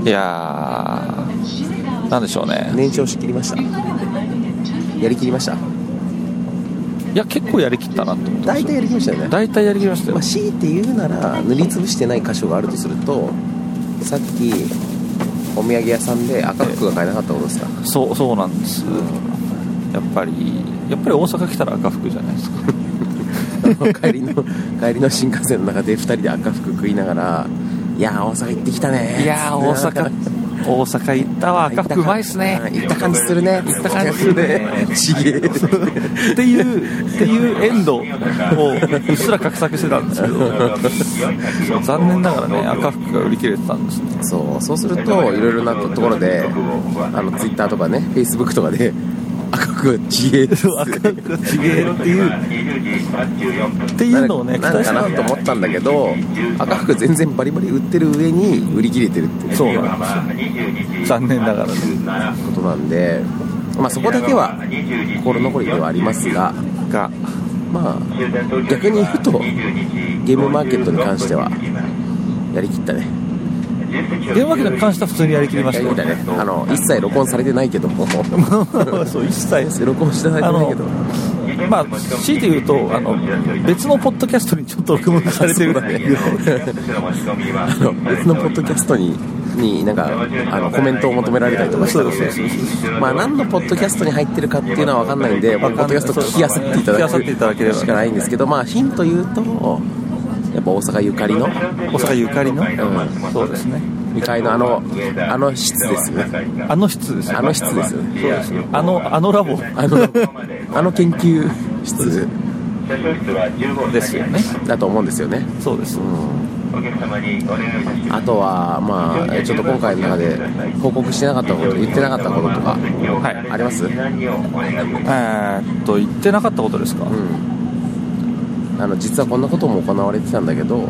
いやー、なんでしょうね、
年長しきりましたやりきりました
いや、結構やりきったなと思って
大体やりきりましたよね
大体やりきりました
ま
よ
あ、、強いて言うなら塗りつぶしてない箇所があるとするとさっきお土産屋さんで赤服が買えなかったことですか
そうそうなんです、やっぱり、やっぱり大阪来たら赤服じゃないですか、
帰りの帰りの新幹線の中で2人で赤服食いながら「いやー大阪行ってきたね」
いやー、大阪、 大阪行ったわ、赤服うまいっすね
行った感じするね行った感じするねちげえ
っていう、っていうエンドをうっすら画策してたんですけど、残念ながらね、赤服が売り切れてたんですね、
そうそうするといろいろなところであのツイッターとかねフェイスブックとかで赤服ちげえ
赤服がちげえっていう、っていうのをね、期
なな
待
ん
し
か
な
な
が
と
ら
思ったんだけど赤服全然バリバリ売ってる上に売り切れてるって
そうなんですよ残念ながらね
ことなんで、まあ、そこだけは心残りではありますが
が
まあ逆に言うとゲームマーケットに関してはやりきったね
電話機に関しては普通にやりきりまし
やり
た
きっ
よ
たねあの一切録音されてないけども
そう一切
録音してないけど
まあ強いて言うとあの別のポッドキャストにちょっと録音されてるって いう
あの別のポッドキャストにになんかあのコメントを求められたりとかしたのでまあ何のポッドキャストに入ってるかっていうのは分かんないんで、まあ、ポッドキャスト聞きあさっていただ
聞き漁っていただけれ
く
ば
しかないんですけどまあヒント言うとやっぱ大阪ゆかりの
大阪ゆかりの、そうですね
2階のあのあの室ですよね
あの室です
あの室ですよね
あのあのラボ
あのあの研究室
ですよね
だと思うんですよね
そうです
あとはまあちょっと今回の中で報告してなかったこと言ってなかったこととか
はい
あります
えーっと言ってなかったことですか、
うん、あの実はこんなことも行われてたんだけど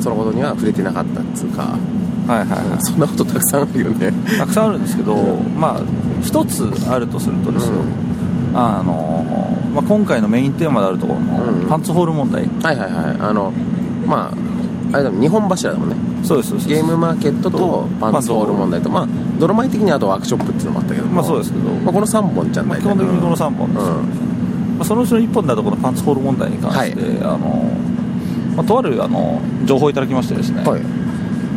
そのことには触れてなかったっつうか
はいはいはい
そんなことたくさんあるよね
たくさんあるんですけど、まあ、一つあるとするとですよ、
う
あのまあ、今回のメインテーマであるところ
うん
のパンツホール問題、
はいはいはいあのまああれだもん日本柱だもんね
そうですそうです
ゲームマーケットとパンツホール問題とまあドロマイ的にはあとワークショップっていうのもあったけども
まあそうですけど、
まあ、この3本じゃ
ま
な
あ、
い
基本的にこの3本です、
う
まあ、そのうちの1本であるところのパンツホール問題に関して、
はい
あのまあ、とあるあの情報をいただきましてですね、
んはい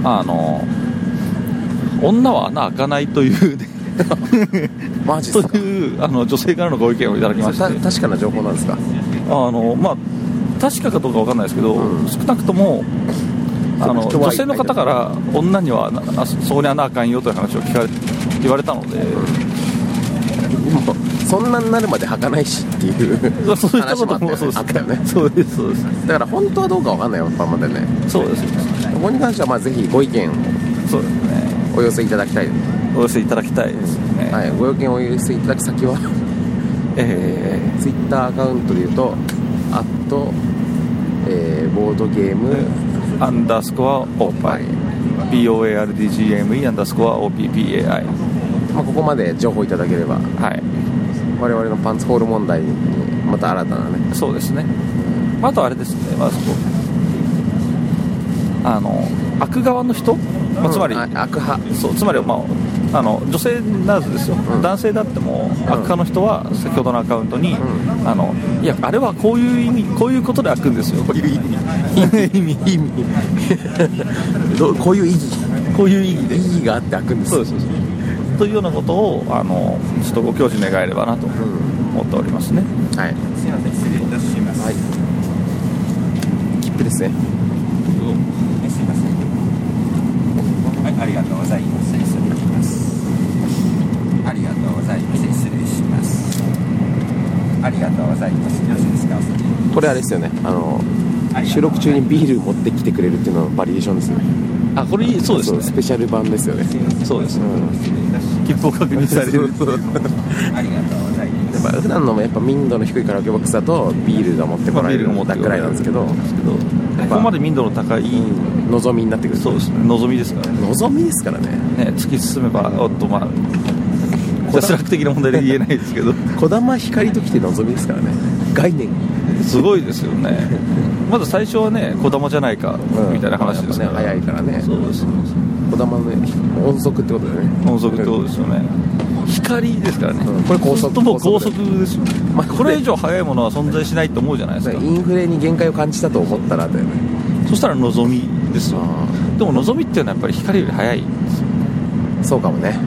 あの女は穴開かないというね、
マジで
と
すか
いうあの女性からのご意見をいただきまして
た確かな情報なんですか
あのまあ確かかどうかわかんないですけど、
うん
少なくともあの
人は
女性の方から女にはなあそそこに穴あかんよという話を聞かれ言われたので、
でもそんなになるまで履かないしっていう
そういった
話
こ
もあ
と
ったよね
もそうですそうで
あったよね
すそうです
だから本当はどうかわかんないよパンまでね
そうです
ここに関してはまあぜひご意見を
そうですね
お寄せいただきたい、
お寄せいただきたいですね、
はい、ご意見をお寄せいただく先は
え
ツイッターアカウントで言うと「アット、えーボードゲーム
ーアンダースコアオーパイ BOARDGME アンダースコア OPPAI」
まあ、ここまで情報いただければ
はい
我々のパンツホール問題にまた新たなね
そうですね、まあ、あとあれですね、まあ、そこあの悪側の人、まあ、つまり、
あ悪派
そうつまり、まあ、あの女性ならずですよ、
うん
男性だっても、悪化の人は先ほどのアカウントに、
う
あのいや、あれはこういう意味、こういうことで悪くんですよ、こういう意味、意味
どこういう意義
こういう意義で、
意義があって開くんです
そうです、そうですというようなことをあの、ちょっとご教示願えればなと思っておりますね。
はいすいません失礼いたしますはい切符ですね
はい、ありがとうございます。
れあれですよねあの収録中にビール持ってきてくれるっていうのはバリエーションですね
あこれいいそうです
そう
ね
スペシャル版ですよね
そうです
切符を確認されるとやっぱ普段のやっぱ民度の低いカラオケボックスだとビールが持ってこられる
まあビールが持ってこ
く
ら
ら
れ
い
る
なんですけど
ここまで民度の高い
望みになってくる
そうです望みですからね
望みですからね
ね突き進めばおっとまあ脱落的な問題で言えないですけ ど
児玉ひかりときて望みですからね概念
すごいですよねまず最初はね子玉じゃないかみたいな話です
ね
から、
早いからね
そうです
児玉のね音速ってことだよね
音速ってことですよね光ですからね、
うんこれ高速
そうするともう高
高
速
速
ですよ、
まあ
これ以上速いものは存在しないと思うじゃないですか、
インフレに限界を感じたと思ったらだよね
そしたら望みですよでも望みっていうのはやっぱり光より速い
そうかもね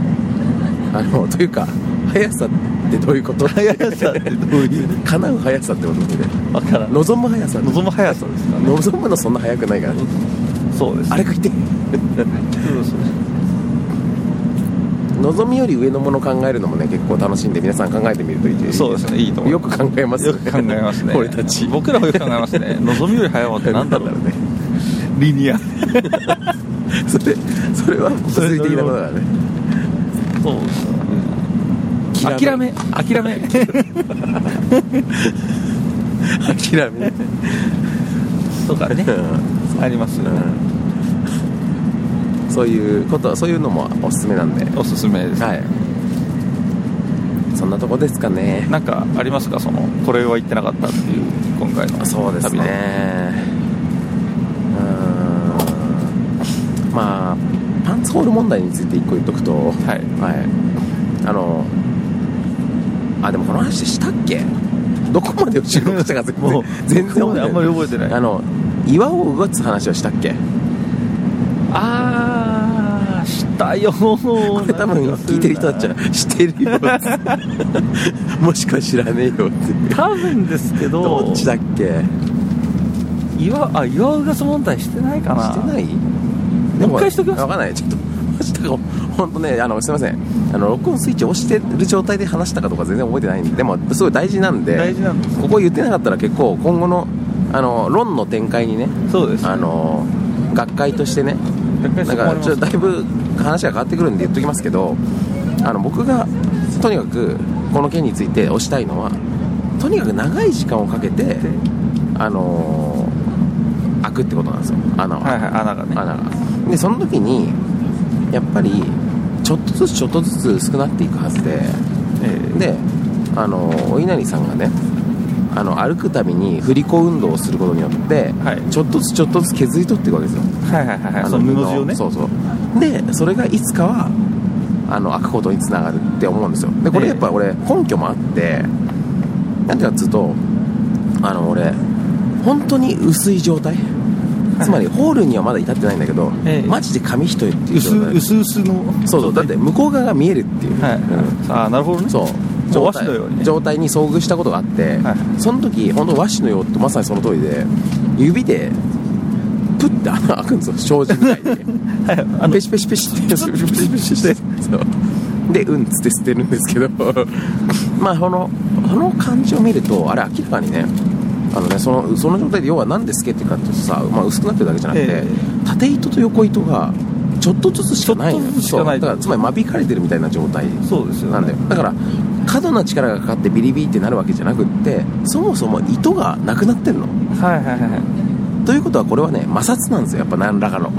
あのというか速さってどういうこと
速さってどう いう
叶う速さってことでね
わからん
望む速さ
望む速さですかね
望むのそんな速くないからね
そうです
あれ書いて
そうです
望みより上のもの考えるのもね結構楽しんで皆さん考えてみるといいです
そうですねいいと思い
よ
ま
く考えます
すよく考えますね
俺たち
僕らもよく考えますね 望みより速いものってなんだろう
ね
リニア
それそれは物理的なことだからね
そうです諦め諦め
諦め
とかねありますよね
そういうことそういうのもおすすめなんで
おすすめです
はいそんなとこですかね
なんかありますかそのこれは言ってなかったっていう今回の
そうです
旅
ね
の
うーんまあパンツホール問題について一個言っとくと
はい
はい、あのあでもこの話したっけどこまでを収録したか全
もう
然全然
ここまであんまり覚えてない
あの岩を動かす話をしたっけ
ああしたよこ
これ多分聞いてる人たちは知ってるよもしくは知らねえよって
多分ですけど
どっちだっけ
岩あ岩うがす問題してないかな
してない
もう一回しときます
わかんないちょっとマジだか本当ねあのすいませんあの録音スイッチ押してる状態で話したかとか全然覚えてないんででもすごい大事なんで
大事なんです
ここ言ってなかったら結構今後のあの論の展開にね
そうです
あの学会としてね
学会として
な
困
ん
り
か
ます
ちょっとだいぶ話が変わってくるんで言っときますけどあの僕がとにかくこの件について推したいのはとにかく長い時間をかけてあの開くってことなんですよ穴を
はいはい穴がね
穴がでその時にやっぱりちょっとずつちょっとずつ少なっていくはずでであのお稲荷さんがねあの歩くたびに振り子運動をすることによって、
はい
ちょっとずつちょっとずつ削り取っていくわけですよ
はいはいはいはい
あ
その布地をね
そうそうでそれがいつかはあの開くことにつながるって思うんですよでこれやっぱ俺根拠もあってなんていうかっつうとあの俺本当に薄い状態つまりホールにはまだ至ってないんだけど、
ええ
マジで紙一重っていう
薄
状態
薄々の
そうそうだって向こう側が見えるっていう、
はいああなるほどね
そう
もう
状
和紙
態
のようにね
状態に遭遇したことがあって、
はい
その時本当和紙のようってまさにその通りで指でプッて穴開くんですよ障子みたいに
はいあの
ペシペシペシってペシペシペシってそうでうんっつって捨てるんですけど まあこのこの感じを見るとあれ明らかにねあのねそのその状態で要は何ですけっていうかっていうとさ、まあ、薄くなってるだけじゃなくて、
え
縦糸と横糸がちょっとずつしかないの
ちょ
よ
っとずつしかない
そうだからつまり間引かれてるみたいな状態
そうですよね
なんだよだから過度な力がかかってビリビリってなるわけじゃなくってそもそも糸がなくなってんの
はいはいはいはい
ということはこれはね摩擦なんですよやっぱ何らかの
はい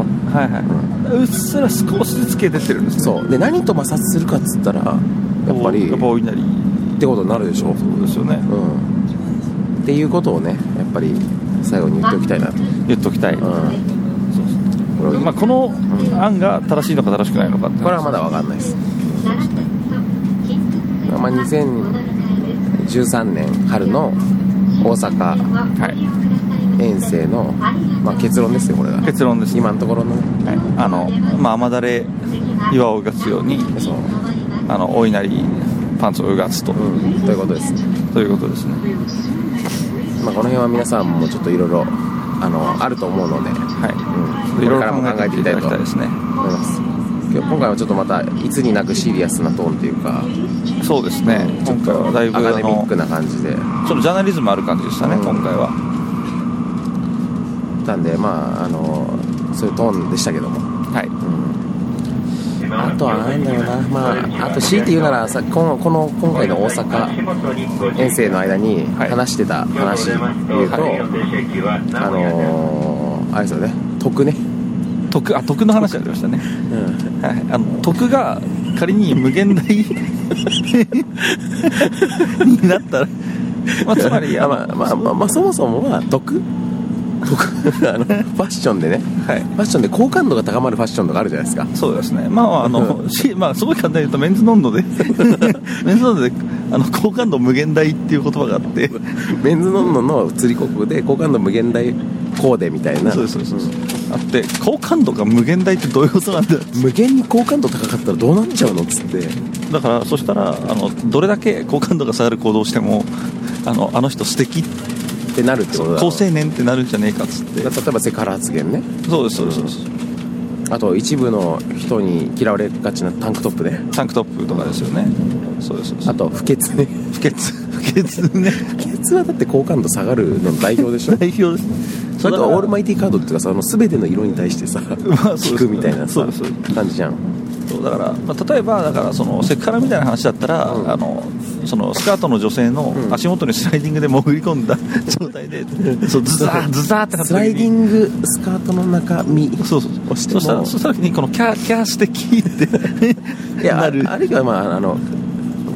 はいうっすら少しずつ消えてってるんですね
そうで何と摩擦するかっつったらやっぱり
やっぱ
っ
お稲荷
てことになるでしょ
そうですよね
うんっていうことをねやっぱり最後に言っておきたいなと、
言っときたい
うん、
これまあこの案が正しいのか正しくないのかって
これはまだわかんないですまあ2013年春の大阪
はい
遠征の、まあ、結論ですよこれが
結論です
今のところのね
はいあのまあ雨だれ岩をうがつように
そう、
あのお稲荷パンツをうがつと
うん、ということです
ということですね
まあ、この辺は皆さんもちょっといろいろあのあると思うので、うん、
はい
こ
いろ
れ
い
から
ろ
も
考
考
え
え
て
て
い
い
た
た
だ
だ
き
き
た
た
いで
いと
すね
思います今日今回はちょっとまたいつになくシリアスなトーンというか
そうですね今回はだいぶ
ア
あ
カデミッ
の
クな感じで
ちょっとジャーナリズムある感じでしたね、
うん
今回は。
ったんで、まあ、あのそういうトーンでしたけども。
はい
あとはないんだろうな、まあ、あと強いて言うならさこのこの今回の大阪遠征の間に
はい
話してた話で言うと、あのーあれですよね徳ね
徳あ徳の話が出ましたね、はい、あの徳が仮に無限大 になったら、まあ、つまり
あ
あの、
まあまあまあ、まあ、そもそもは徳徳 あのファッションでね
はい
ファッションで好感度が高まるファッションとかあるじゃないですか
そうですねまああの、しまあすごい簡単に言うとメンズノンド でメンズノンドであの好感度無限大っていう言葉があって
メンズノンノの釣り広告で好感度無限大コーデみたいな
そうですそうですそうですあって好感度が無限大ってどういうことなんだ
無限に好感度高かったらどうなっちゃうのっつって
だからそしたらあのどれだけ好感度が下がる行動をしてもあのあの人素敵
ってなるってことだ
高
ろ
青年ってなるんじゃねえかっつって
例えばセクハラ発言ね
そうですそうですそうです
あと一部の人に嫌われがちなタンクトップね
タンクトップとかですよねそうですそうです
あと不潔ね
不潔不潔ね
不潔はだって好感度下がるの代表で しょ
代表です
それ
だ
と
から
オールマイティカードっていうかさあの全ての色に対してさ
まあそうです
聞くみたいな
そ
さ
うですそうで
感じじゃん
そうだから、まあ、例えばだからそのセクハラみたいな話だったら、あのそのスカートの女性の足元にスライディングで潜り込んだ状態で、そうズザーズザーってなった
ス
時
ライ
に
ディングスカートの中身
そうそう
押して
そ
も
したらそした時にこのキャーキャー素敵っ
い
て
や
な
あ
る
るいはまああの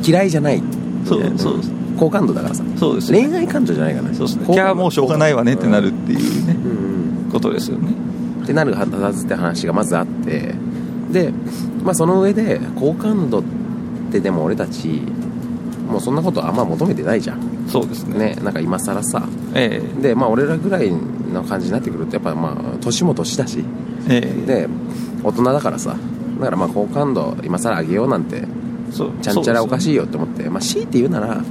嫌いじゃない
そうそう
好感度だからさ
そうですね
恋愛感情じゃないからね
そうですね
好
キ
感
ャ
度
ーもうしょうがないわねってなるっていうね、ことですよね
ってなるはずって話がまずあってで、まあ、その上で好感度ってでも俺たちもうそんなことあんま求めてないじゃん
そうですね
ねなんか今更さ
え
でまあ俺らぐらいの感じになってくるとやっぱまあ年も年だし
ええ
で大人だからさだからまあ好感度今更上げようなんて
えそう
ちゃんちゃらおか
い
しいよって思って、まあ、強いて言うなら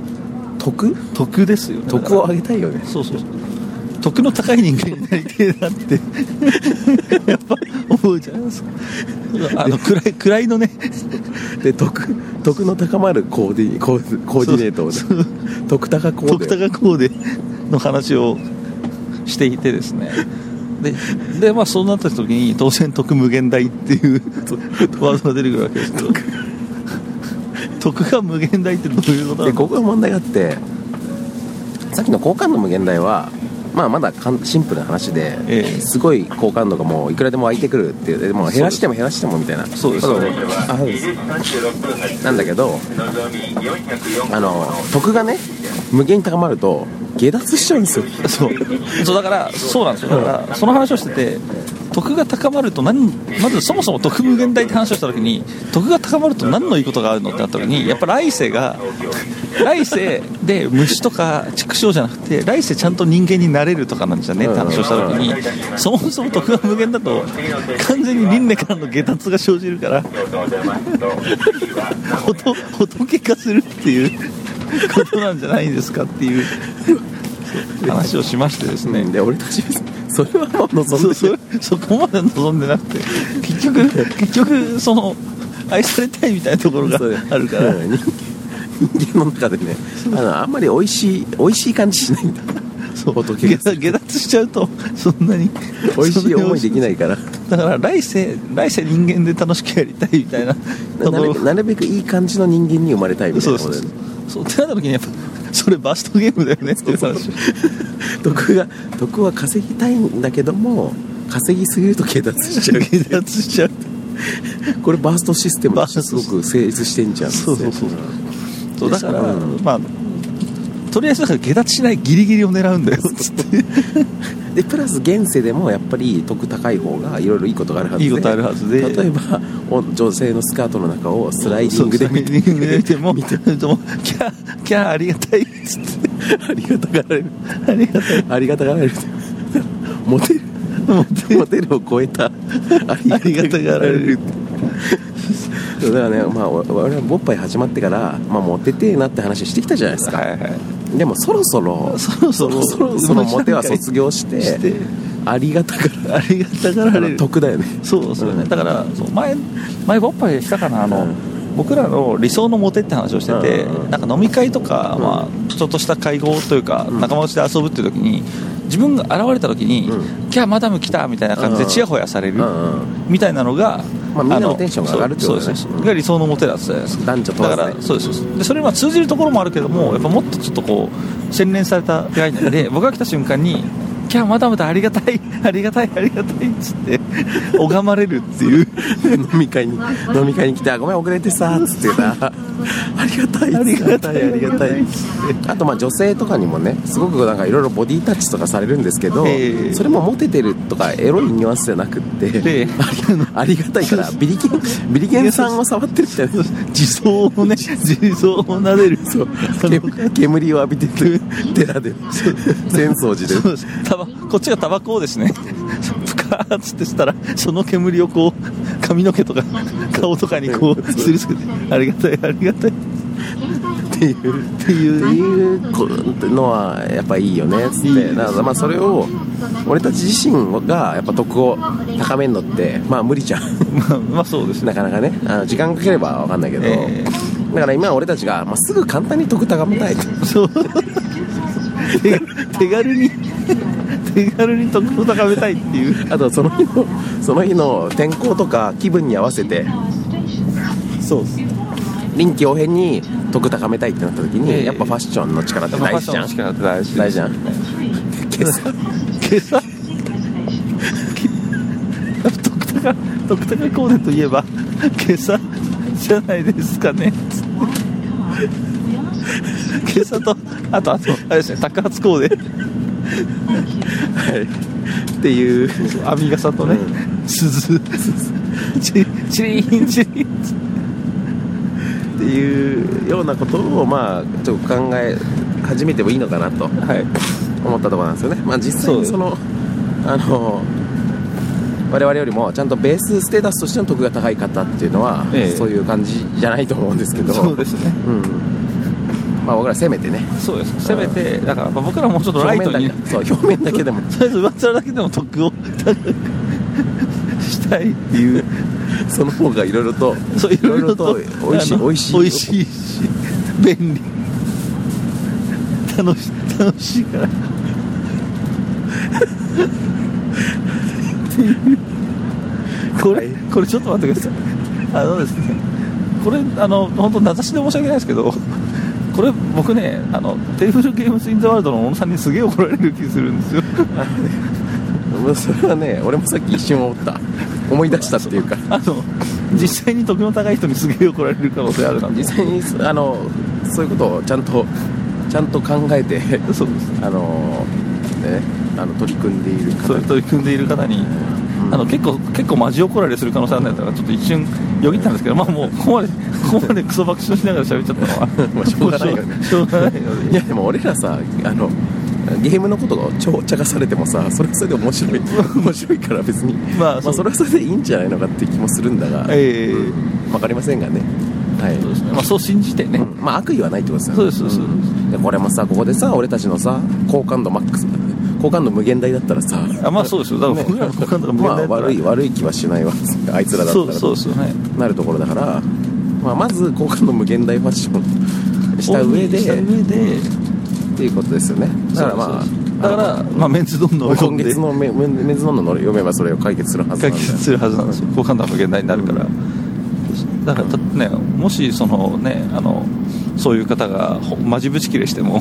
得
得ですよね
得を上げたいよね
そうそうそう得の高い人間になりてえなって やっぱ思うじゃないですかあの暗い暗いのね
で得得の高まるコーディコーコーディネートを
そう
ね得高コー
徳
デ
高コーデの話をしていてですねででまあそうなった時に当然徳無限大っていう ワードが出てくるわけですけど徳が無限大ってどういうことな
で
の
ここが問題があってさっきの好感度無限大はまあまだかんシンプルな話で、
ええ
すごい好感度がもういくらでも湧いてくるっていうでもう減らしても減らしてもみたいな
そうですそうです
あそうですなんだけどあの得がね無限に高まると下脱しちゃうんですよ
そうそうだからそうなんですよだからその話をしてて徳が高まると何まずそもそも徳無限大って話をした時に徳が高まると何のいいことがあるのってなった時にやっぱ来世が来世で虫とか畜生じゃなくて来世ちゃんと人間になれるとかなんじゃねって話をした時にそもそも徳が無限だと完全に輪廻からの下脱が生じるから仏仏化するっていうことなんじゃないんですかっていう話をしましてですね、
で俺たちそれはもう望ん
そ
で
そそこまで望んでなくて結局結局その愛されたいみたいなところが
そう
あるから
うん人人間の中でねあのあんまり美味しい美味しい感じしないんだ
そう
仏
下
が
脱下脱しちゃうとそんなに
美味しい思い
そ
で
んなに
きないから
だから来世来世人間で楽しくやりたいみたいなとこ
なる
ろ
べくなるべくいい感じの人間に生まれたいみたい
そ
な
う
こ
そう
とだ
そ
よ
う
ね
そうってなった時にやっぱそれバストゲームだよねっていう話
徳が徳は稼ぎたいんだけども稼ぎすぎると警察しちゃう
下脱しちゃ う
これバーストシステム
バ
と
ースト
すごく成立してんじゃん
そうそうそうそうだから、
う
まあとりあえずだから下脱しないギリギリを狙うんだよっつって
でプラス現世でもやっぱり得高い方がいろいろいいことがあるはずで
いいことあるはずで
例えばお女性のスカートの中をスライディング で見て
そうスライディングで見てももキャーキャーありがたいっつって
ありがたがられる
ありがたい
ありがたがられるモテるモテるを超えたあ
ありがたがられる
だからねまあ我々はボッパイ始まってから、まあ、モテてえなって話してきたじゃないですか、
はいはい
でもそろそろ
そろそろ
そろそろモテは卒業して
して
ありがたから
ありがたがられる
得だよね
そうそうね、だからそう前前ボッパイしたかなあの、僕らの理想のモテって話をしてて、なんか飲み会とか、まあ、ちょっとした会合というか、仲間内で遊ぶっていう時に自分が現れた時に、キャーマダム来たみたいな感じで
うん
ちやほやされる、
うんうん
みたいなのが、
まあみんなのテンションが上がるってこ
そう
とだ
そうで
ね
すそうですが理想のモテだったじゃないですか
男女問わずね
だからそうですそうですでそれは通じるところもあるけどもやっぱもっとちょっとこう洗練された出会いなんで僕が来た瞬間にキャーマダムだありがたい ありがたいありがたいっつって拝まれるっていう
飲み会に飲み会に来てあ「ごめん遅れてさ」っつってなありがたいありがたいありがたいあとまあ女性とかにもねすごくなんかいろいろボディタッチとかされるんですけど
ええ
それもモテてるとかエロいニュアンスじゃなくって
ええ
ありありがたいからビリケンビリケンさんを触ってるみたいな
地蔵をね地蔵を撫でるそう
煙煙を浴びてる 寺で浅草寺で
そうですタバこっちがタバコをですねプカーッつってしたらその煙をこう髪の毛とか顔とかにこうすりつけてありがたいありがたい
っていうっていうこのはやっぱいいよねっつってだからまあそれを俺たち自身がやっぱ得を高めるのってまあ無理じゃん
まあ まあそうですね
なかなかねあの時間かければ分かんないけど、
え
だから今俺たちが、まあ、すぐ簡単に得高めたいと
そう手手軽に手軽に得を高めたいっていう
あとその日の その日の天候とか気分に合わせて
そう
臨機応変に得高めたいってなった時に、
ええ
やっぱファッションの力って大事じゃん
大事
大事じゃん
今朝ドクタカドクタカコーデといえば今朝じゃないですかね今朝とあとあとあれですね宅発コーデ
っていう
編み傘とね鈴チチリーンチリーン
っていうようなことをまあちょっと考え始めてもいいのかなと
はい
思ったところなんですよね、まあ、実際にそのあの我々よりもちゃんとベースステータスとしての得が高い方っていうのは、
ええ
そういう感じじゃないと思うんですけど
そうですね
うんまあ、僕らせめてね
そうですせめてだからまあ僕らもうちょっとラ
表
イト
面だ
に
けそう表面だけでも
とりあえず上っ面だけでも得を高くしたいっていう
その方がいろいろと
そういろいろと
いろいろと美味しい
あの
美味しい
美味しいし便利楽し楽しいから っていうこれこれちょっと待ってくださいあのですねこれあの本当名指しで申し訳ないですけどこれ僕ねあのテーブルゲームズ・イン・ザ・ワールドの小野さんにすげえ怒られる気するんですよ
もうそれはね俺もさっき一瞬思った思い出したっていうか
あの実際に得の高い人にすげえ怒られる可能性あるな
実際にあのそういうことをちゃんとちゃんと考 えて
そうです
あのね、あの取り組んでいる
そ
方
れ取り組んでいる方に、あの結構結構マジ怒られする可能性あるんだったからちょっと一瞬よぎったんですけど、まあもうここまでここまでクソ爆笑しながら喋っちゃったのは
まあしょうがないよね
しょうがないの
い
で
やでも俺らさあのゲームのことが超茶化されてもさそれはそれで面 白い面白いから別に
まあ
ま
そ
あ、
う
それはそれでいいんじゃないのかって気もするんだが、
ええ
分かりませんがねはい
そうですね、まあ、そう信じてね、
うんまあ悪意はないってことですよね
そうですそうです、
でこれもさここでさ俺たちのさ好感度マックス好感度無限大だったらさ
あまあそうですよだから僕らの 好感度が無限大
まあ
だったら
悪い悪い気はしないわあいつらだった
そ
ら
うそうですよね
なるところだから、まあ、まず好感度無限大ファッションした上で
した上で
っていうことですよねだからまあ
そうですだから、まあ、メンズドンの
あの今月のメメメンズノンノの読めばそれを解決するはず
解
なんだ
決するはずなんですよ好感度は無限大になるから、だからだってねもしそのねあのそういう方がほマジブチ切れしても、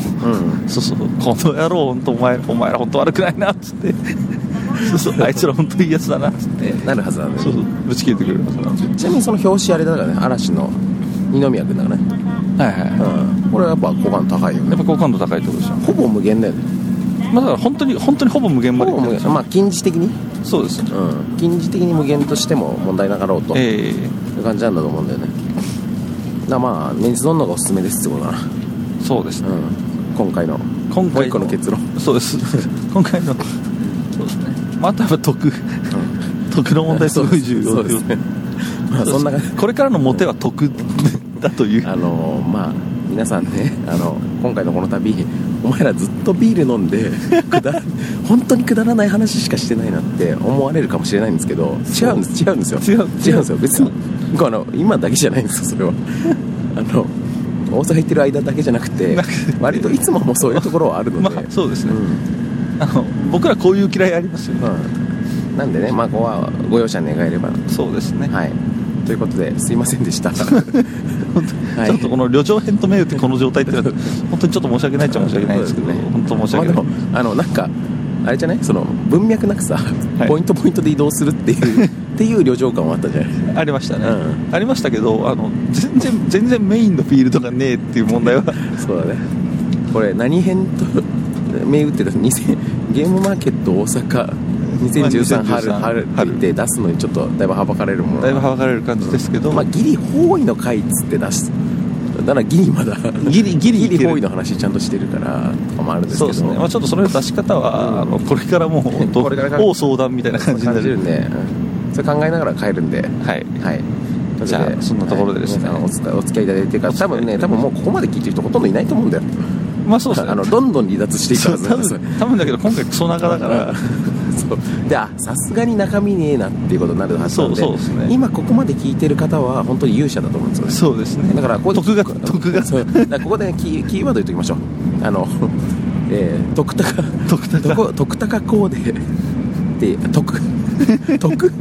う
そうそうこの野郎本当お前お前ら本当悪くないなっつってそうそうあいつら本当いいやつだなっつって
なるはずなんで
そうそうぶち切れてくれるはずなんですよ
ちなみにその表紙あれだからね嵐の二宮君だからね、
はいはいや
うん、これはやっぱ好感度高いよ
っ
ね
ぱ好感度高いってことでしょ、
ほぼ無限だよね
まあ、だから本当に本当にほぼ無限ま
ほ
で
ぼ無限まあ近似的に、
そうです
うん、近似的に無限としても問題なかろうという
ええ
感じなんだと思うんだよねだからまあメンズノンノがおすすめですってことかな、
そうですね、
うん、今回の
今
もう
回
一個の結論
そうです 今回のそうですねまあ、あとはやっぱ徳徳の問題すごい重要
そうですねまあそんな感じ
これからのモテは徳だという
あのーまあ皆さんねあの今回のこの旅お前らずっとビール飲んで くだ本当にくだらない話しかしてないなって思われるかもしれないんですけど違うんです違うんですよ
違う
違うんですよ別にこの今だけじゃないんですよそれは あの大阪行ってる間だけじゃなくて
なくて
割といつももそういうところはある の
ま
で、
あそうですね、
うん
あの僕らこういう嫌いありますよね、
うん、なんでねまあここはご容赦願えれば
そうですね、
はいということですいませんで したはい
ちょっとこの旅情編と銘打ってこの状態ってのは 本当にちょっと申し訳ないっちゃ申し訳ないですけど、
そうですね
本当申し
まあ
訳
で
ない、
もあのなんかあれじゃないその文脈なくさ、
はい
ポイントポイントで移動するっ ていうっていう旅情感はあったじゃない
あ、りましたね、
う
ありましたけどあの全然全然メインのフィールドがねえっていう問題は
そうだねこれ何編と銘打ってた2000ゲームマーケット大阪2013春
まあ
春春って出すのにちょっとだいぶはばかれるもの
だいぶはばかれる感じですけど、
まあギリ方位の回っつって出すだからギリまだ
ギリギリいける
ギリ方位の話ちゃんとしてるからとかもあるんです
そう
け
です
ど
ね、まあ、ちょっとそれの出し方は、あのこれから もう本当
これから
大相談みたいな感じにな
感じる
る
んで、うんそれ考えながら帰るんで
はい
はい
じゃあ
ということ
そんなところでですね
はい皆さんお付お付き合いいただいてるか
お
ら
付
多
き合い
分ね多分もうここまで聞いてる人ほとんどいないと思うんだよ
まあそうですね
あのどんどん離脱していく
そ
は
う
ず
多
なんです
分多分だけど今回クソ中だから
そうであさすがに中身ねえなっていうことになるはずなんで
そうそうですね
今ここまで聞いてる方は本当に勇者だと思うんですよね
そうですね
だからここで
徳が徳が
そうだからここでねキーキーワード言っときましょうあの えー、徳高
徳高
どこ徳高コーデで 徳徳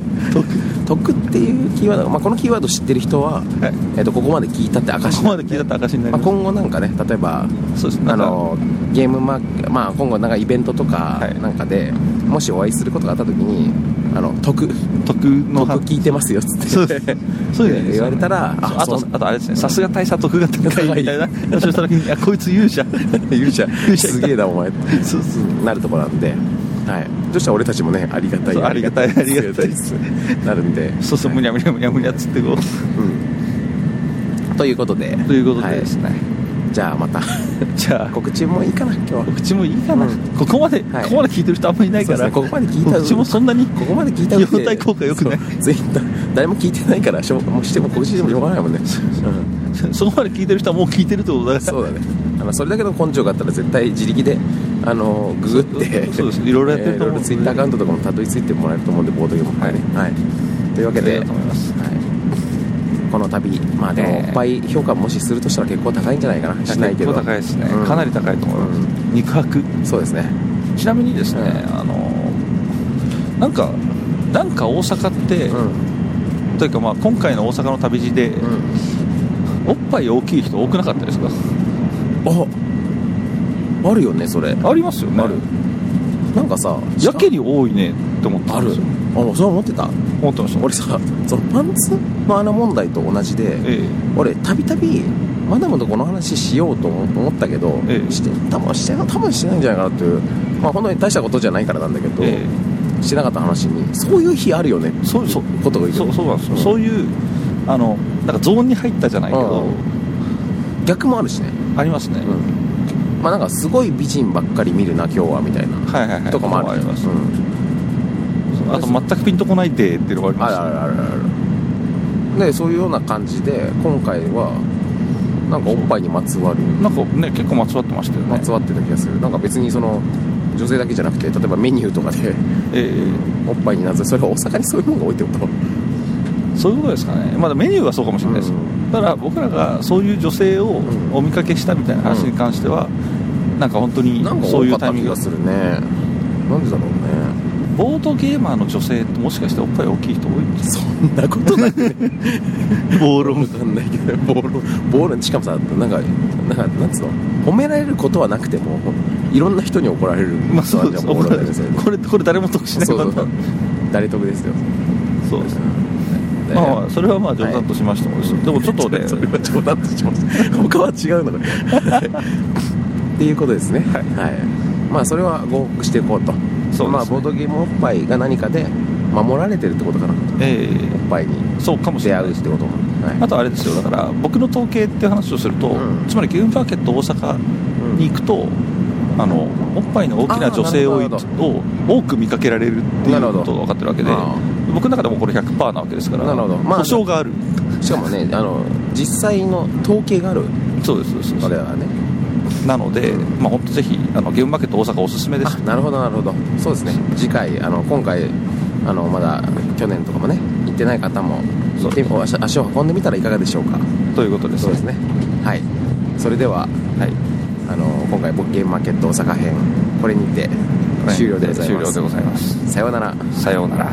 徳っていうキーワード、まあ、このキーワード知ってる人は、
はい
えー、とここまで聞いたって
こ
証
こまで聞いたって証になりま
まあ、
す、
今後なんかね例えば
そうですね
あのゲームマーケまあ、今後なんかイベントとか
はい
なんかで、もしお会いすることがあった時に「あの得
徳の
得聞いてますよ」っつって
そうですねそうですね
言われたら「
あ
そう
とあとあれですねさすが大佐徳が高いみたいな
高
話をした時にあこいつ勇者
勇者
勇者
すげえなお前」って
そうそう
なるところなんで、はい、そしたら俺たちもねありがた
そう
い
ありがたいありがたい
ですなるんで、
そうそうむにゃむにゃむにゃむにゃっつってこう
うん、ということで
ということでですね、
はいじゃあまた
じゃあ
告知もいいかな今日は
告知もいいかな、
うん
ここまで、
はい
ここまで聞いてる人あんまりいないか
そう
ら、
ですねここまで聞いた
告知もそんなに
ここまで聞いた
費用対効果良くない
ツイッター誰も聞いてないからしょうもうしても告知してもしょうがないもん ね、うん
そこまで聞いてる人はもう聞いてるってことだから
そうだねあのそれだけの根性があったら絶対自力であのググって
そうそう ですいろいろやってると思うんで
えーいろいろツイッターアカウントとかもたどり着いてもらえると思うんでボードゲームもねはい、というわけで
ありがとうございます
はいこの旅まあでも
えー
おっぱい評価もしするとしたら結構高いんじゃないかなしないけど
結構高いですね、
うん
かなり高いと思います、肉薄
そうですね
ちなみにですね、あのなんかなんか大阪って、
うん
というかまあ今回の大阪の旅路で、
うん
おっぱい大きい人多くなかったですか
ああるよねそれ
ありますよね
あるなんかさ
やけに多いねって思った
あ
ん
る
ですよ
あそう思ってた
思ってました
俺さそのパンツの穴問題と同じで
え
俺たびたびマダムとこの話しようと思思ったけど、
ええ
して多分してな多分してないんじゃないかなっていうまあ本当に大したことじゃないからなんだけ
え
ど、
え
してなかった話にそういう日あるよね
えそうそう
ことが言う
そうそうなんですよ、
うん
そういうあのなんかゾーンに入ったじゃないけど、
う逆もあるしね、
ありますね、
うんまあなんかすごい美人ばっかり見るな今日はみたいな、
はいはいはい
とかもある
あります、
うん
あと全くピンとこないでっていうのがありま
あ
し
る
た
あるあるあるでそういうような感じで今回はなんかおっぱいにまつわる
なんかね結構まつわってましたよね
まつわってた気がするなんか別にその女性だけじゃなくて例えばメニューとかで
え
おっぱいになぜそれは大阪にそういうものが置いてると
えそういうことですかねまだメニューはそうかもしれないです、
うん
ただ僕らがそういう女性を
ん
お見かけしたみたいな話に関しては、なんか本当に
なんか
そう
多
い
か
う
っ
タイ
た
ミン
気
グが
がするねなんでだろうね
ボードゲーマーの女性ってもしかしておっぱい大きい人多いんです
そんなことない 暴論わかんないけど暴論暴論しかもさなんかなんかなんつうの褒められることはなくてもいろんな人に怒られる
まあそうです
怒られるそれ
これこれ誰も得しない
そ
こ
う
と
そうそう誰得ですよ、
そうですね
ね
まあそれはまあ冗談としましてもです、でもちょっとね
それは冗談とします他は違うのか っていうことですねはい、まあそれは合格していこうと
すね
まあボードゲームおっぱいが何かで守られてるってことかなお
ええ
っぱいに
そうかもしれ
出
ない
会うってことも、はい、
あとあれですよだから僕の統計っていう話をすると、
うん
つまりゲームマーケット大阪に行くと、あのおっぱいの大きな女性を
あーなる
を多く見かけられるってい
なる
う
ほど
ことが分かってるわけで
あ
僕の中でもこれ100%なわけですから
なるほどまあ
保証がある
しかもねあの実際の統計がある
そうですそうです
のではね
なので、まあ、本当ぜひあのゲームマーケット大阪おすすめで
あ
す
なるほどなるほどそうですね次回あの今回あのまだ去年とかもね行ってない方も行ってお足足を運んでみたらいかがでしょうか
ということです
そうですねはいそれでは、はい、あの今回僕ゲームマーケット大阪編これにてね
終了でございます
終了でございます
さようなら
さようなら